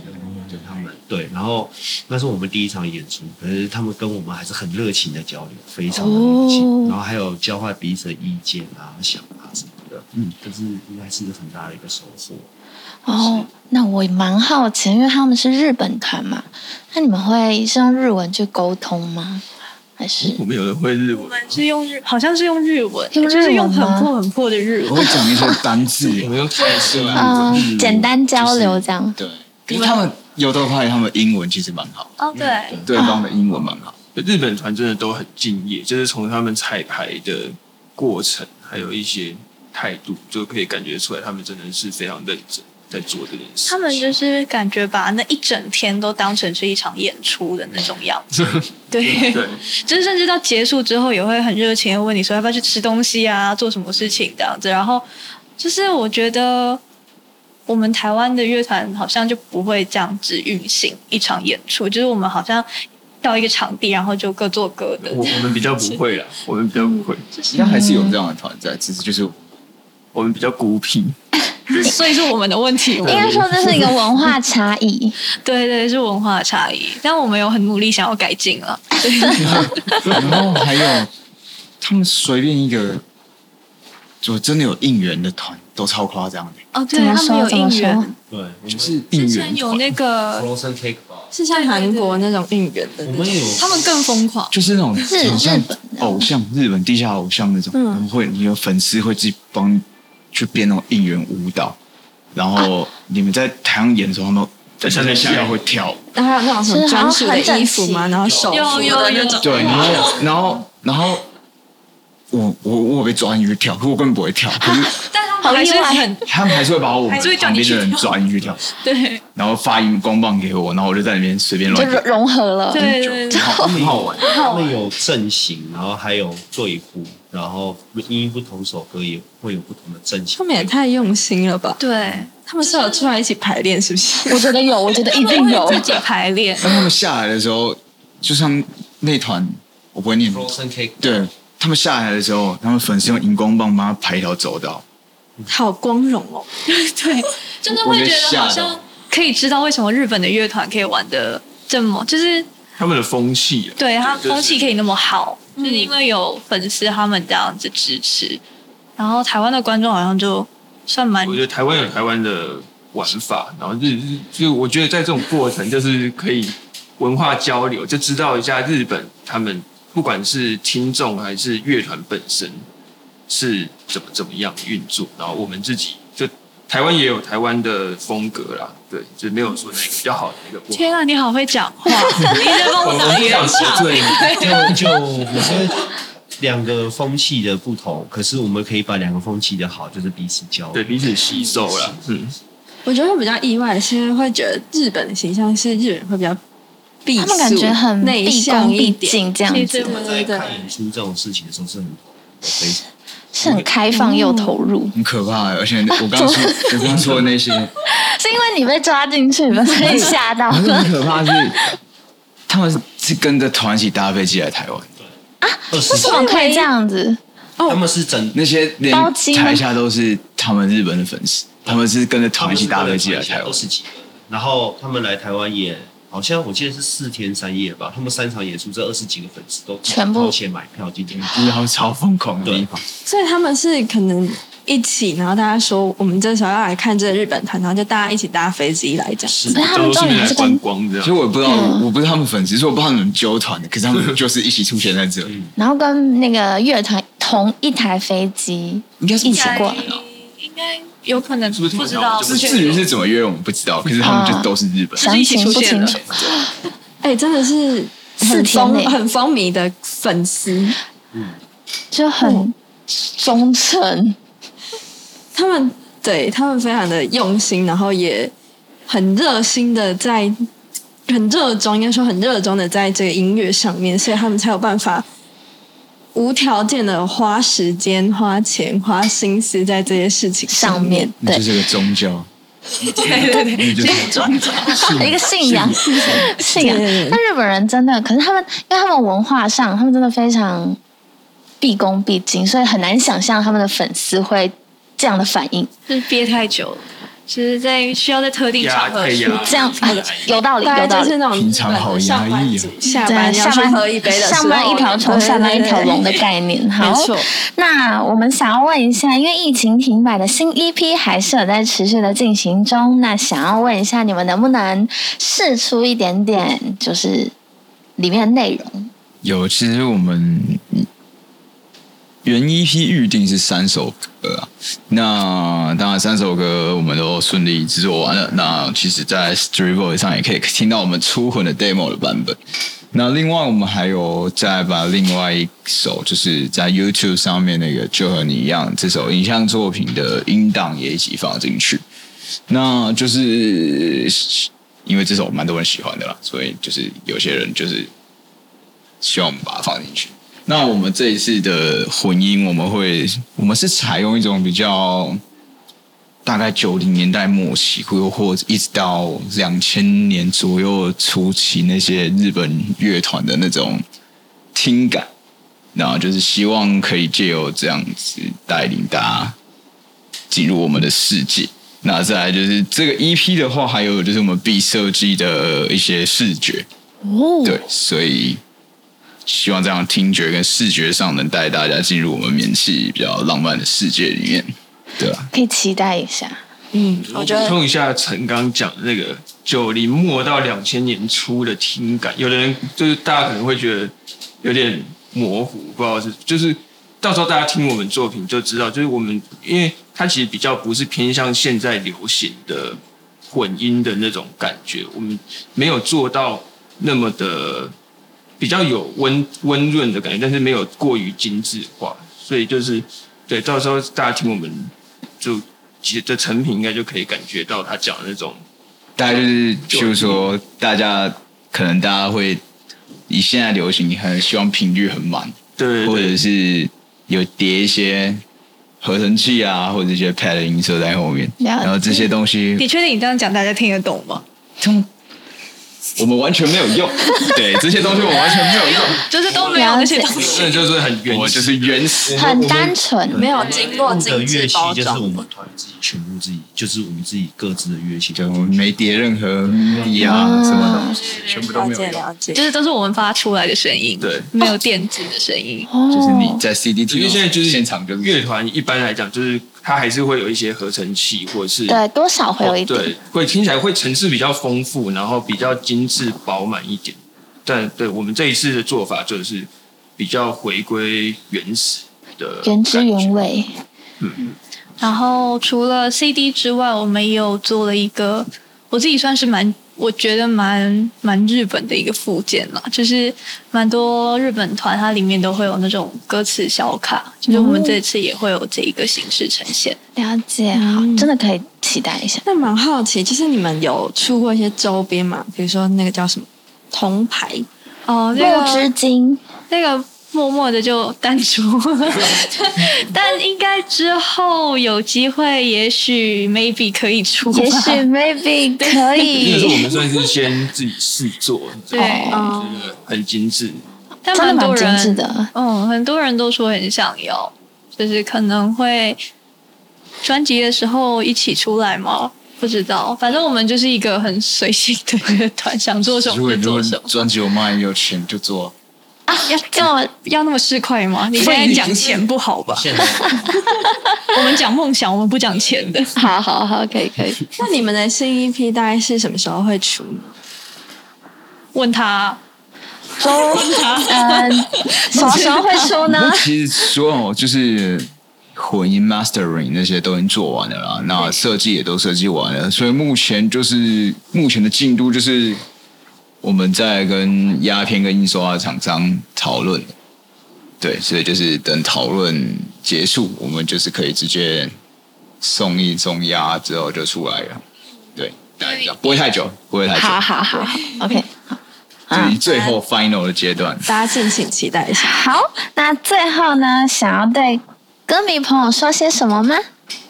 就他们对，然后那是我们第一场演出，可是他们跟我们还是很热情的交流，非常的热情，哦然后还有交换彼此的意见啊、想法什么的，嗯，这是应该是很大的一个收获。哦，那我也蛮好奇，因为他们是日本团嘛，那你们会是用日文去沟通吗？还是我们有人会日我文，们是用日，好像是用日文，用日文吗就是用很破很破的日我文。会讲一些单字，我们用泰式对啊，嗯、嗯简单交流这样？对。可是他们有走巴黎，他们英文其实蛮好，哦，对，对方的英文蛮好。日本团真的都很敬业，就是从他们彩排的过程，还有一些态度，就可以感觉出来，他们真的是非常认真在做这件事。他们就是感觉把那一整天都当成是一场演出的那种样子。对，对，就是甚至到结束之后也会很热情的问你说要不要去吃东西啊，做什么事情这样子。然后就是我觉得我们台湾的乐团好像就不会这样子运行一场演出，就是我们好像到一个场地，然后就各做各 的。我我们比较不会啦，我们比较不会，应该还是有这样的团在，只是就是我们比较孤僻。所以是我们的问题。应该说这是一个文化差异。对对，是文化差异，但我们有很努力想要改进啊了。然后哦还有他们随便一个，就真的有应援的团都超夸张的，哦，对怎么他们说有怎么应说援，对，我们就是应之援前有团，那个 Frozen Cake Bar，是像韩国那种应援的我那种们有他们更疯狂，就是那种日很像偶像日本地下偶像那种，嗯他们会你有粉丝会自己帮你去编那种应援舞蹈，然后你们在台上演的时候，他们在下面下面会跳舞。然后还有那种什么专属的衣服嘛，啊然后手有有有有对，然后然后然后我我我有被抓进去跳，可我根本不会跳，可是但他们还是很他们还是会把我们还是会叫旁你边去的人跳抓进去跳，对然后发荧光棒给我，然后我就在里面随便就乱融跳，融合了。对对对，好很好玩。他们有阵型，然后还有队呼，然后因不同首歌也会有不同的阵型他。们也太用心了吧？对，他们是有出来一起排练是不是？ 我觉得有，我觉得一定有。自己排练。当他们下来的时候，就像那团我不会念， Frozen Cake，对他们下来的时候，他们粉丝用荧光棒帮他排一条走道，好光荣 哦！对，真的会觉得好像可以知道为什么日本的乐团可以玩的这么，就是他们的风气、啊，对它风气可以那么好，就嗯是因为有粉丝他们这样子支持，然后台湾的观众好像就算蛮我觉得台湾有台湾的玩法，然后日日就我觉得在这种过程就是可以文化交流，就知道一下日本他们不管是听众还是乐团本身是怎么怎么样运作，然后我们自己就台湾也有台湾的风格啦，对，就没有说哪个比较好，哪个不好。天啊，你好会讲 话，你在帮我打圆场。对，就就我觉得两个风气的不同，可是我们可以把两个风气的好，就是彼此交对流。彼此吸收啦，嗯，我觉得会比较意外，是因为会觉得日本的形象是日本人会比较避 他俗，们感觉很内毕恭向一毕点，敬这样其子，实我在看演出这种事情的时候是很非常是很开放又投入。很可怕。而且我刚刚 说，我刚刚说的那些，是因为你被抓进去 了，所以吓到可是了。很可怕是，他们是跟着团一起搭飞机来台湾，二十怎么哦可以这样子？他们是整那些连包机吗台下都是他们日本的粉丝，他们是跟着他团们一起是搭飞机来台二湾。十几个人，然后他们来台湾演，好像我记得是四天三夜吧，他们三场演出，这二十几个粉丝都全部掏钱买票进去。就是他们超疯狂的地方，所以他们是可能一起，然后大家说我们这时候要来看这个日本团，然后就大家一起搭飞机来这样。是那他们都是重点来是观跟，光这其实样。我也不知道，我不是他们粉丝，所以我不知道你们纠团的，可是他们就是一起出现在这里，然后跟那个乐团同一台飞机，应该是一不起是过来应该有可能是不是不知道，不至于是怎么约我们不知道，可是他们就都是日本人。详情不清楚。哎、真的是四很天风内很风靡的粉丝，就很忠诚，他们对他们非常的用心，然后也很热心的在很热衷，应该说很热衷的在这个音乐上面，所以他们才有办法无条件的花时间、花钱、花心思在这些事情上上面面。那对就是个宗教， 对对对，那就是一个信仰，信仰对。但日本人真的，可是他们，因为他们文化上，他们真的非常毕恭毕敬，所以很难想象他们的粉丝会这样的反应。就是憋太久了，就是在需要在特定场合压可以说啊这样、啊有道理，大有概道就是理。那种平常好压抑啊下对班要下去班喝一杯的时候，上班一条虫，对下班一条龙。的对对对概念。好没，错，那我们想要问一下，因为疫情停摆的新 EP 还是有在持续的进行中，那想要问一下，你们能不能试出一点点，就是里面的内容？有，其实我们原一批预定是三首歌啊，那当然三首歌我们都顺利制作完了。那其实，在 Streetvoice 上也可以听到我们初混的 demo 的版本。那另外我们还有再把另外一首，就是在 YouTube 上面那个《就和你一样》这首影像作品的音档也一起放进去。那就是因为这首蛮多人喜欢的啦，所以就是有些人就是希望我们把它放进去。那我们这一次的混音，我们会我们是采用一种比较大概九零年代末期，或或者一直到两千年左右初期那些日本乐团的那种听感，然后就是希望可以借由这样子带领大家进入我们的世界。那再来就是这个 EP 的话，还有就是我们 B 设计的一些视觉，哦，对，所以希望这样听觉跟视觉上能带大家进入我们免气比较浪漫的世界里面，对啊吧、可以期待一下。嗯，我觉补得充一下陈刚讲的那个九零末到两千年初的听感，有的人就是大家可能会觉得有点模糊，不知道是就是到时候大家听我们作品就知道，就是我们因为它其实比较不是偏向现在流行的混音的那种感觉，我们没有做到那么的比较有温温润的感觉，但是没有过于精致化，所以就是对，到时候大家听我们就其实这成品应该就可以感觉到他讲的那种，大家就是，譬如说，大家可能大家会以现在流行，你很希望频率很满，对或对者是有叠一些合成器啊，或者一些 pad 音色在后面，了解然后这些东西你确定你这样讲大家听得懂吗？我们完全没有 用，对，这些东西我完全没有用，就是都没有那些东西。那就是很原我始，就是原始。很单纯，没有经过用的精乐致器包就是我装，们团自己全部自己，就是我们自己各自的乐器，对，我们没叠任何底啊，什么东西，全部都嗯了没有解用。了解就。是都是我们发出来的声音，对，没有电子的声音。哦，就是你在 CD 因听为到，现在就是现场就是乐团一般来讲，就是它还是会有一些合成器或者是哦对多少会有一点，对，会听起来会层次比较丰富，然后比较精致饱满一点。但对我们这一次的做法就是比较回归原始的原汁感原觉味。然后除了 CD 之外，我们也有做了一个，我自己算是蛮，我觉得蛮蛮日本的一个附件啦，就是蛮多日本团它里面都会有那种歌词小卡，就是我哦们这次也会有这一个形式呈现。了解，好，真的可以期待一下。那蛮好奇，就是你们有出过一些周边嘛？比如说那个叫什么铜牌，哦，这木之个金，那个默默的就淡出， 但应该之后有机会，也许 maybe 可以出啊吧，也 许 maybe 可因 为是我以，们算是先自己试做， 对，哦这个很精致。但真的哦蛮蛮多精人致的。嗯，很多人都说很想要，就是可能会专辑的时候一起出来吗？不知道，反正我们就是一个很随性的乐团，想做什如么果就如果做什么。专辑我卖有钱就做， 要这么要那么市侩吗？你现在讲钱不好吧？现在 我们讲梦想，我们不讲钱的。好好好，可以可以。那你们的新一批大概是什么时候会出呢？问他，周，嗯，什么时候会出呢？其实所有就是混音 mastering 那些都已经做完了啦，那设计也都设计完了，所以目前就是目前的进度就是我们在跟鸦片跟印刷的厂商讨论，对，所以就是等讨论结束，我们就是可以直接送一送压之后就出来了，对，大概这样不会太久，不会太久，好好好好，OK。这是最后 final 的阶段。 大家敬请期待一下。好，那最后呢，想要对歌迷朋友说些什么吗？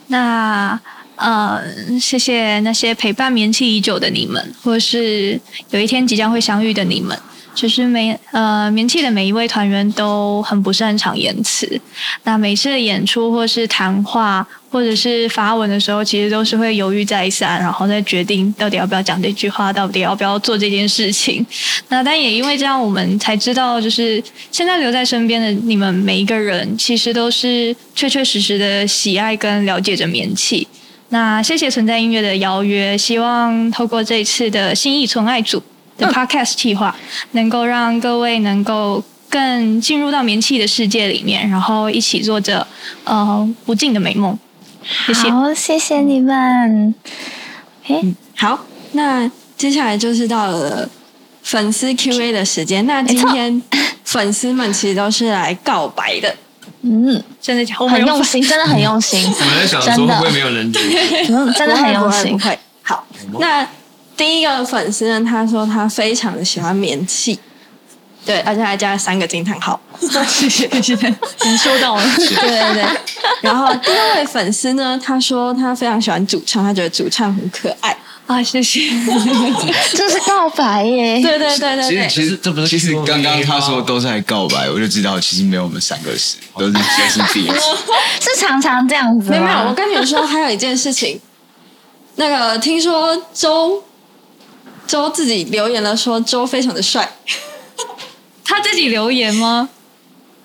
那呃，谢谢那些陪伴眠气已久的你们，或是有一天即将会相遇的你们。就是每呃眠气的每一位团员都很不擅长言辞，那每次的演出或是谈话或者是发文的时候，其实都是会犹豫再三，然后再决定到底要不要讲这句话，到底要不要做这件事情。那但也因为这样，我们才知道，就是现在留在身边的你们每一个人，其实都是确确实实的喜爱跟了解着棉气。那谢谢存在音乐的邀约，希望透过这次的心意存爱组的 podcast 计划，能够让各位能够更进入到棉气的世界里面，然后一起做着呃不尽的美梦。谢谢。好，谢谢你们。好，那接下来就是到了粉丝 Q&A 的时间。那今天粉丝们其实都是来告白的，嗯，真的假的？我很们用心，真的很用心，我们在想真说会不会的，没有人理嗯，真的很不用会不会心不。会。好，那第一个粉丝呢，他说他非常的喜欢棉气，对，而且还加了三个惊 叹号。谢谢谢谢，你收到了。 对对对。然后第二位粉丝呢，他说他非常喜欢主唱，他觉得主唱很可爱。啊，谢谢。这是告白耶！ 对对对对其实对。其实这不是其实 Q&A 刚刚他说吗都在告白，我就知道其实没有我们三个是都 是都是第 一次。是常常这样子吗没有没有，我跟你们说，还有一件事情，那个听说周周自己留言了，说周非常的帅。他自己留言吗？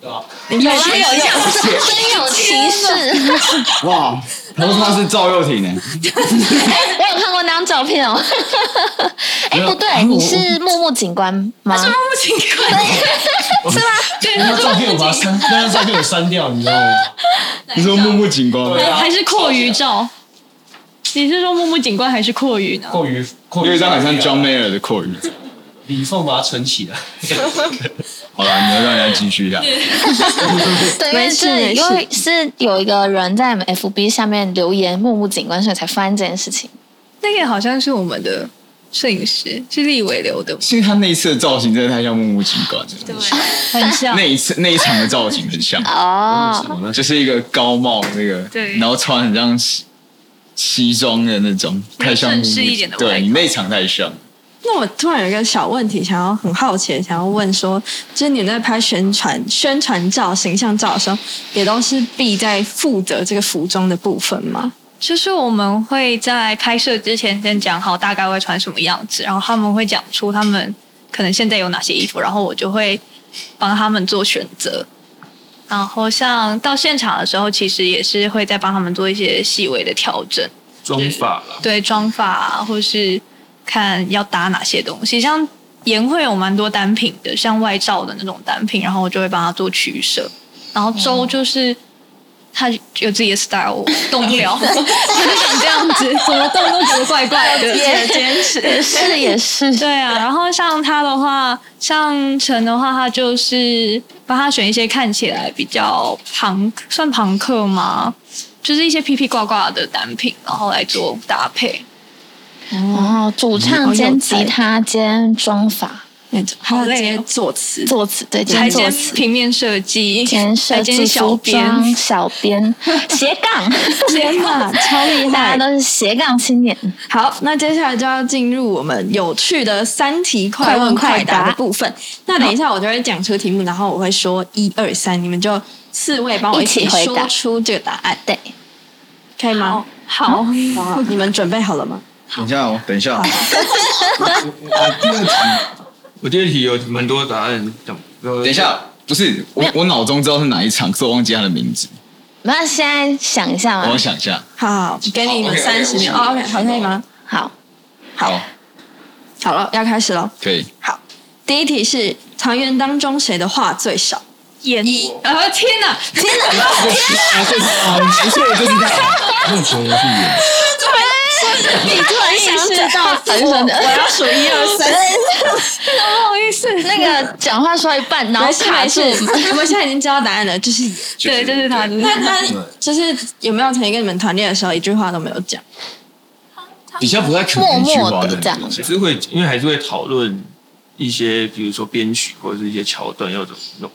有啦有有有真有其事。哇，他说他是赵又 廷诶，我有看过那张照片哦。哎，不没对，有你是木木警官吗？是木木警官，是吗？对，那他张照片我把它删，那张照片我删掉，你知道吗？你说木木警官吗？哎还是阔鱼照。你是说木木警官还是阔鱼呢？过于过于有一张很像 John Mayer 的扩语。李凤把它存起来。好了，你要让人家继续一下。对，因没为事这没事因为是有一个人在我们 FB 下面留言木木警官，所以才发现这件事情。那个好像是我们的摄影师，是立伟留的，因为他那一次的造型真的太像木木警官了，很像那。一次那一场的造型很像，啊哦，就是一个高帽 那个，对然后穿很像西西装的那种，太像木木正警式一点的外对套你那场太像。那我突然有一个小问题，想要很好奇，想要问说，就是你们在拍宣传宣传照、形象照的时候，也都是 B 在负责这个服装的部分吗？就是我们会在拍摄之前先讲好大概会穿什么样子，然后他们会讲出他们可能现在有哪些衣服，然后我就会帮他们做选择。然后像到现场的时候，其实也是会再帮他们做一些细微的调整，妆发啦，对妆发啊，或是看要搭哪些东西。像盐会有蛮多单品的，像外罩的那种单品，然后我就会帮他做取舍。然后周就是他有自己的 style，我动不了。长这样子，怎么动都觉得怪怪的。也是也是，对啊，然后像他的话，像陈的话，他就是帮他选一些看起来比较朋，算朋克吗？就是一些披披挂挂的单品，然后来做搭配。哦，主唱兼吉他兼妆法那种，还有好累哦接作词，作词，对，还兼作兼词。平面设计， 兼设还计、兼小服编，装、小编、斜杠，天哪，超厉大家害！都是斜杠青年。好，那接下来就要进入我们有趣的三题快问快答的部分。那等一下我就会讲出题目，然后我会说一二三，你们就四位帮我一起起回答说出这个答案，对，可以吗？好，好，你们准备好了吗？等一下哦，等一 下，我这题有蛮多答案，讲等等一，下，不是我我脑中知道是哪一场，可是我忘记他的名字，那现在想一下我嘛要。想一下。好，给你们好三十秒。 OK，OK，哦 OK，好，可以吗？好，好，好了，要开始喽。可以。好，第一题是团员当中谁的话最少？呃演绎。然后天哪，啊，对啊，不是我就是他，我觉得是演。你突然意识到，我我要数一二三。不好意思，那个讲话说一半，然后没事卡没住事，，我们现在已经知道答案了，就是对，这是他，这是那他。嗯那就是有没有曾经跟你们团练的时候一句话都没有讲？底下不太可默能去默花的这样。还是会因为还是会讨论一些，比如说编曲或者是一些桥段要怎么弄，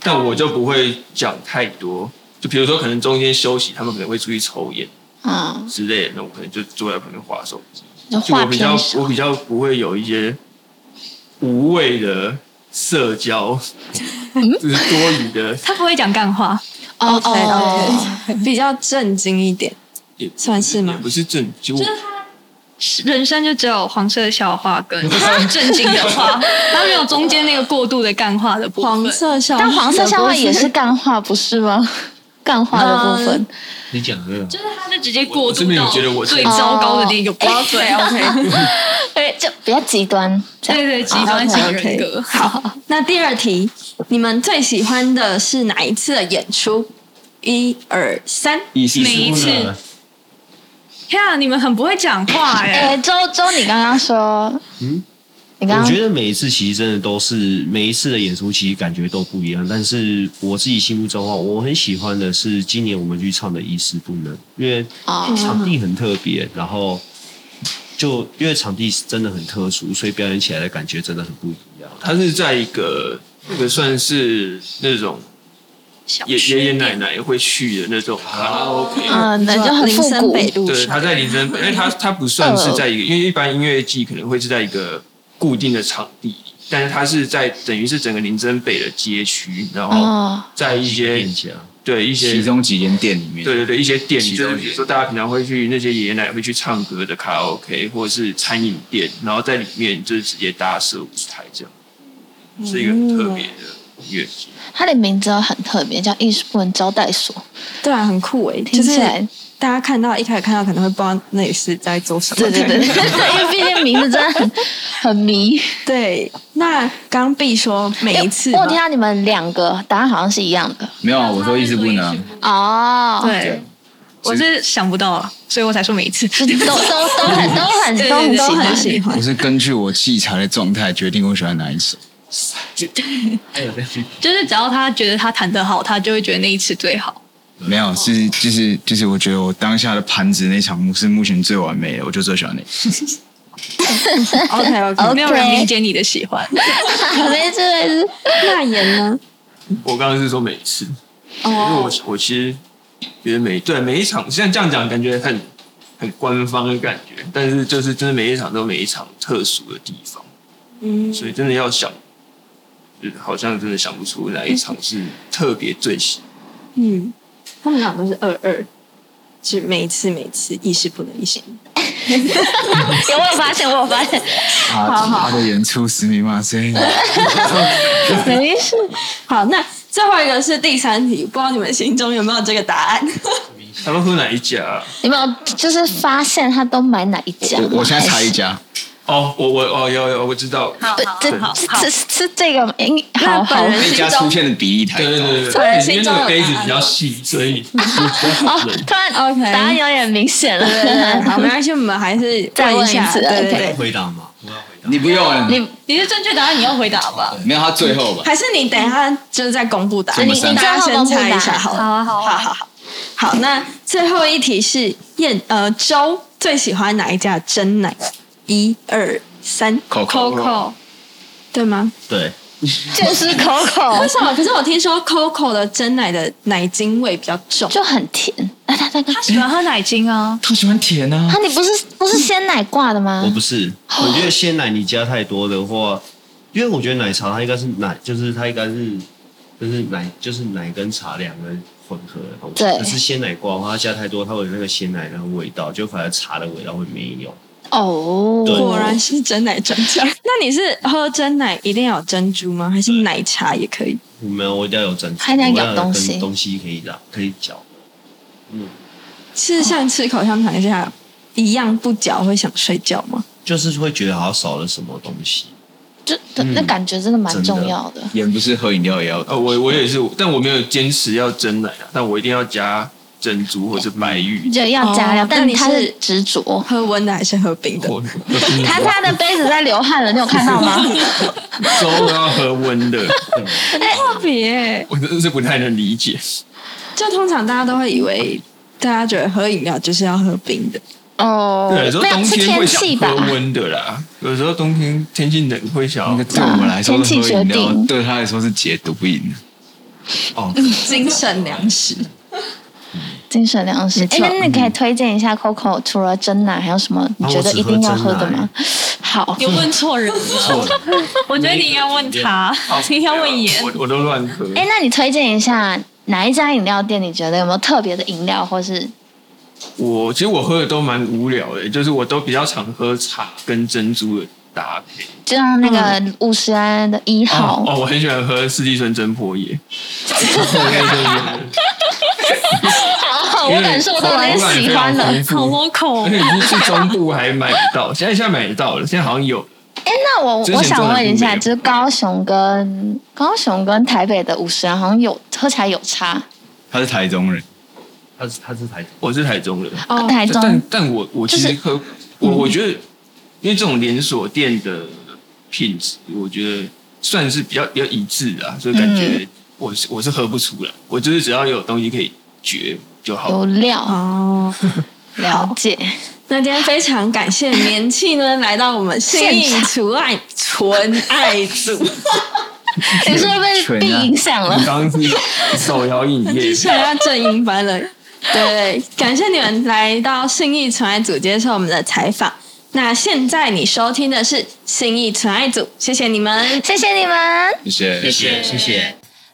但我就不会讲太多。就比如说，可能中间休息，他们可能会出去抽烟嗯，之类的，那我可能就坐在旁边划手机。就就话我比较偏少我比较不会有一些无谓的社 交，就是多余的他不会讲干话，哦 OK，哦， OK，比较震惊一点，也不算是也吗？不是正经，就人生就只有黄色笑话跟 正经的话，然后没有中间那个过度的干话的部分。黄色笑话，但黄色笑话也是干话，不是吗？ 干话的部分，你讲的，就是他就直接过我真渡的有到觉得我最糟糕的那个部分。对 OK，哎，就比较极端。这样 对对，极端哦型人格。 好。那第二题，你们最喜欢的是哪一次的演出？一二三，意思每一次，啊天啊，你们很不会讲话哎、哎，周周，你刚刚说，嗯嗯，你刚我刚觉得每一次其实真的都是每一次的演出，其实感觉都不一样。但是我自己心目中的话，我很喜欢的是今年我们去唱的《一丝不能》，因为哦场地很特别，然后就因为场地是真的很特殊，所以表演起来的感觉真的很不一样。他是在一个那个算是那种小爷区啊爷爷奶奶会去的那种卡拉 OK，嗯，那就很林复森古。北路对，上他在林森北，因为他他不算是在一个，因为一般音乐季可能会是在一个固定的场地，但是他是在等于是整个林森北的街区，然后哦，在一些店家对一些其中几间店里面，对对对，一些店其就中是一比如些说大家平常会去那些爷爷奶奶会去唱歌的卡拉 OK，或者是餐饮店，然后在里面就是直接搭设舞台这样，是一个很特别的音乐节。它的名字都很特别，叫艺术部门招待所，对啊，很酷诶，听就是起来，大家看到一开始看到可能会不知道那里是在做什对么。对对，对 因为毕竟名字真的很很迷。对。那刚必说每一次因为我听嘛，到你们两个答案好像是一样的没有啊，我说艺术部呢，哦，对，我是想不到啊了，所以我才说每一次。就 都都都 很都很对都很对都很很喜 欢我。是根据我器材的状态决定我喜欢哪一首。就是只要他觉得他弹得好，他就会觉得那一次最好。没有，是就是就是，我觉得我当下的盘子那场是目前最完美的，我就最喜欢那。 OK OK， OK 没有人理解你的喜欢，没事没事，那言呢？我刚刚是说每一次，因为我我其实觉得每对每一场，现在这样讲感觉很很官方的感觉，但是就是真的每一场都有每一场特殊的地方，嗯，所以真的要想，就是好像真的想不出哪一场是特别最喜嗯，他们俩都是二二，是每一次每一次意识不能意识。有我有发现，我有发现，他他的演出十米嘛，所以没事。好，那最后一个是第三题，不知道你们心中有没有这个答案？他们喝哪一家、啊？你们有就是发现他都买哪一家吗？我我现在猜一家，哦，我我哦有有我知道，好还好是，好呃，这这是是这个吗？应好那好本人那一家出现的比例太对高。对对突然对，里面那心中有个杯子答案比较细，所以哦，突然 OK 答案有点明显了。 好，没关系，我们还是再问一下。一次对对 OK 对，回答嘛，我要回答。你不用，你你是正确答案，你要回答吧。没有他最后吧？还是你等一下就是再公布答案，你你大家先猜一下好了。好啊好啊好好好。好，那最后一题是燕呃周最喜欢哪一家真奶？一二三 Coco Coco 对吗？对，就是 Coco 为什么？可是我听说 Coco 的真奶的奶精味比较重，就很甜。哎，他他他他喜欢喝奶精啊，他喜欢甜啊他，你不是不是鲜奶挂的吗我？嗯不是， 我觉得鲜奶你加太多的话，因为我觉得奶茶它应该是奶，就是它应该是就是奶就是奶跟茶两个混合的东西。对可是鲜奶挂的话，它加太多，它会有那个鲜奶的味道，就反而茶的味道会没有。哦，对果然是真奶专 家。那你是喝真奶一定要有珍珠吗？还是奶茶也可以？我没有，我一定要有珍珠，它一定要有我要东西跟东西可以打，可以嚼。是像吃口香糖一下一样不嚼会想睡觉吗？就是会觉得好像少了什么东西，就嗯那感觉真的蛮真的重要的。 盐不是喝饮料也要呃，我我也是，但我没有坚持要真奶啊，但我一定要加珍珠或者白玉。就要加料，哦那但你他是是执着。喝温的还是喝冰的？我他他的杯子在流汗了，你有看到吗？ 粥要喝温的，嗯特别欸，我真的是不太能理解。就通常大家都会以为，大家觉得喝饮料就是要喝冰的。哦，对，有时候没有冬是天天会想气吧？喝温的啦，有时候冬天天气冷会想要那个对我们来说是天气喝饮决料定，对他来说是解毒饮。哦，精神粮食，精神粮食。哎，那你可以推荐一下 Coco 除了真奶还有啊什么你觉得一定要喝的吗？好，有问错人了。我觉得你应该问他，你应该问严。我我都乱喝。哎，那你推荐一下哪一家饮料店？你觉得有没有特别的饮料，或是我其实我喝的都蛮无聊的，就是我都比较常喝茶跟珍珠的搭配。就像那个五十安的一号嗯哦，哦，我很喜欢喝四季春真 波野。我哦好我感受到那个喜欢的。好 local，而且已经去中部还买不到，现在现在买得到了，现在好像有。哎，那我之前我想问一下，真的不一样就是高雄跟高雄跟台北的五十安好像有喝起来有差，他是台中人，他是他是台中我是台中人，哦、台中但但我我其就实是嗯喝，我我觉得，因为这种连锁店的品质，我觉得算是比较比较一致的啊，所以感嗯觉我是我是喝不出来，我就是哦只要有东西可以嚼就好。有料，哦， 了解。那今天非常感谢年气呢，来到我们新现意场除爱纯爱组，你是不是纯被啊影响了？刚刚是手摇饮业你想要正音班了。对，感谢你们来到信义纯爱组接受我们的采访。那现在你收听的是信义纯爱组，谢谢你们。谢谢你们。谢谢，谢谢。谢谢。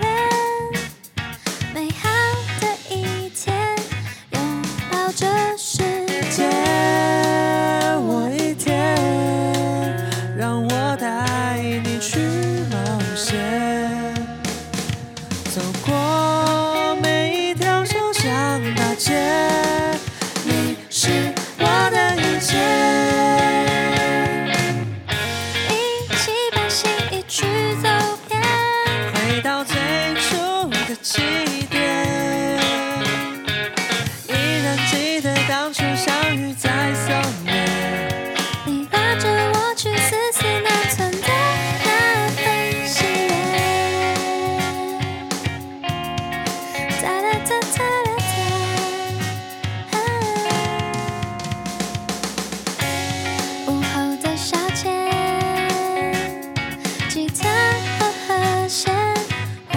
帘，美好的一天，拥抱这世界。我一天，让我带你去冒险，走过每一条小巷大街，你是我的一切。一起把心意去走遍，回到最初的起点，依然记得当初相遇在松烟。你拉着我去丝丝难存的那份喜悦。哒哒哒哒哒哒啊。午后的小街，吉他和和弦回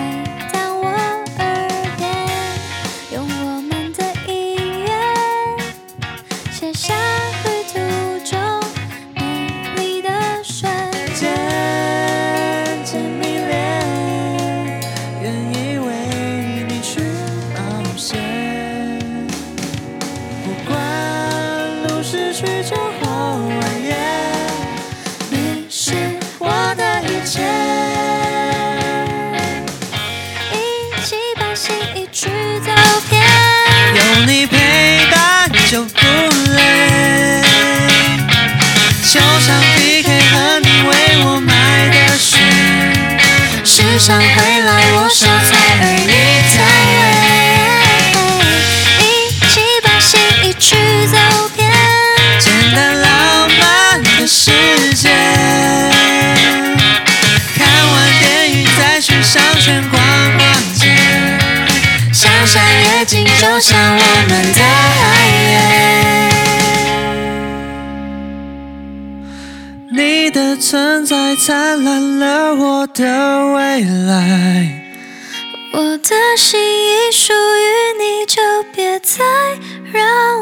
荡我耳边，用我们的音乐写下旅途中美丽的瞬渐间。渐迷恋，愿意为你去冒险。不管路是曲折或蜿蜒，你是我的一切。一起把心意去走遍，有你陪伴就不累，就像 PK 和你为我买的水，时常回来我手才菜而而已。你才美。一起把心意去走遍，简单浪漫的世界。看完电影再去商圈逛逛街，想象夜景就像我们的爱恋。你的存在灿烂了我的未来。我的心已属于你，就别再让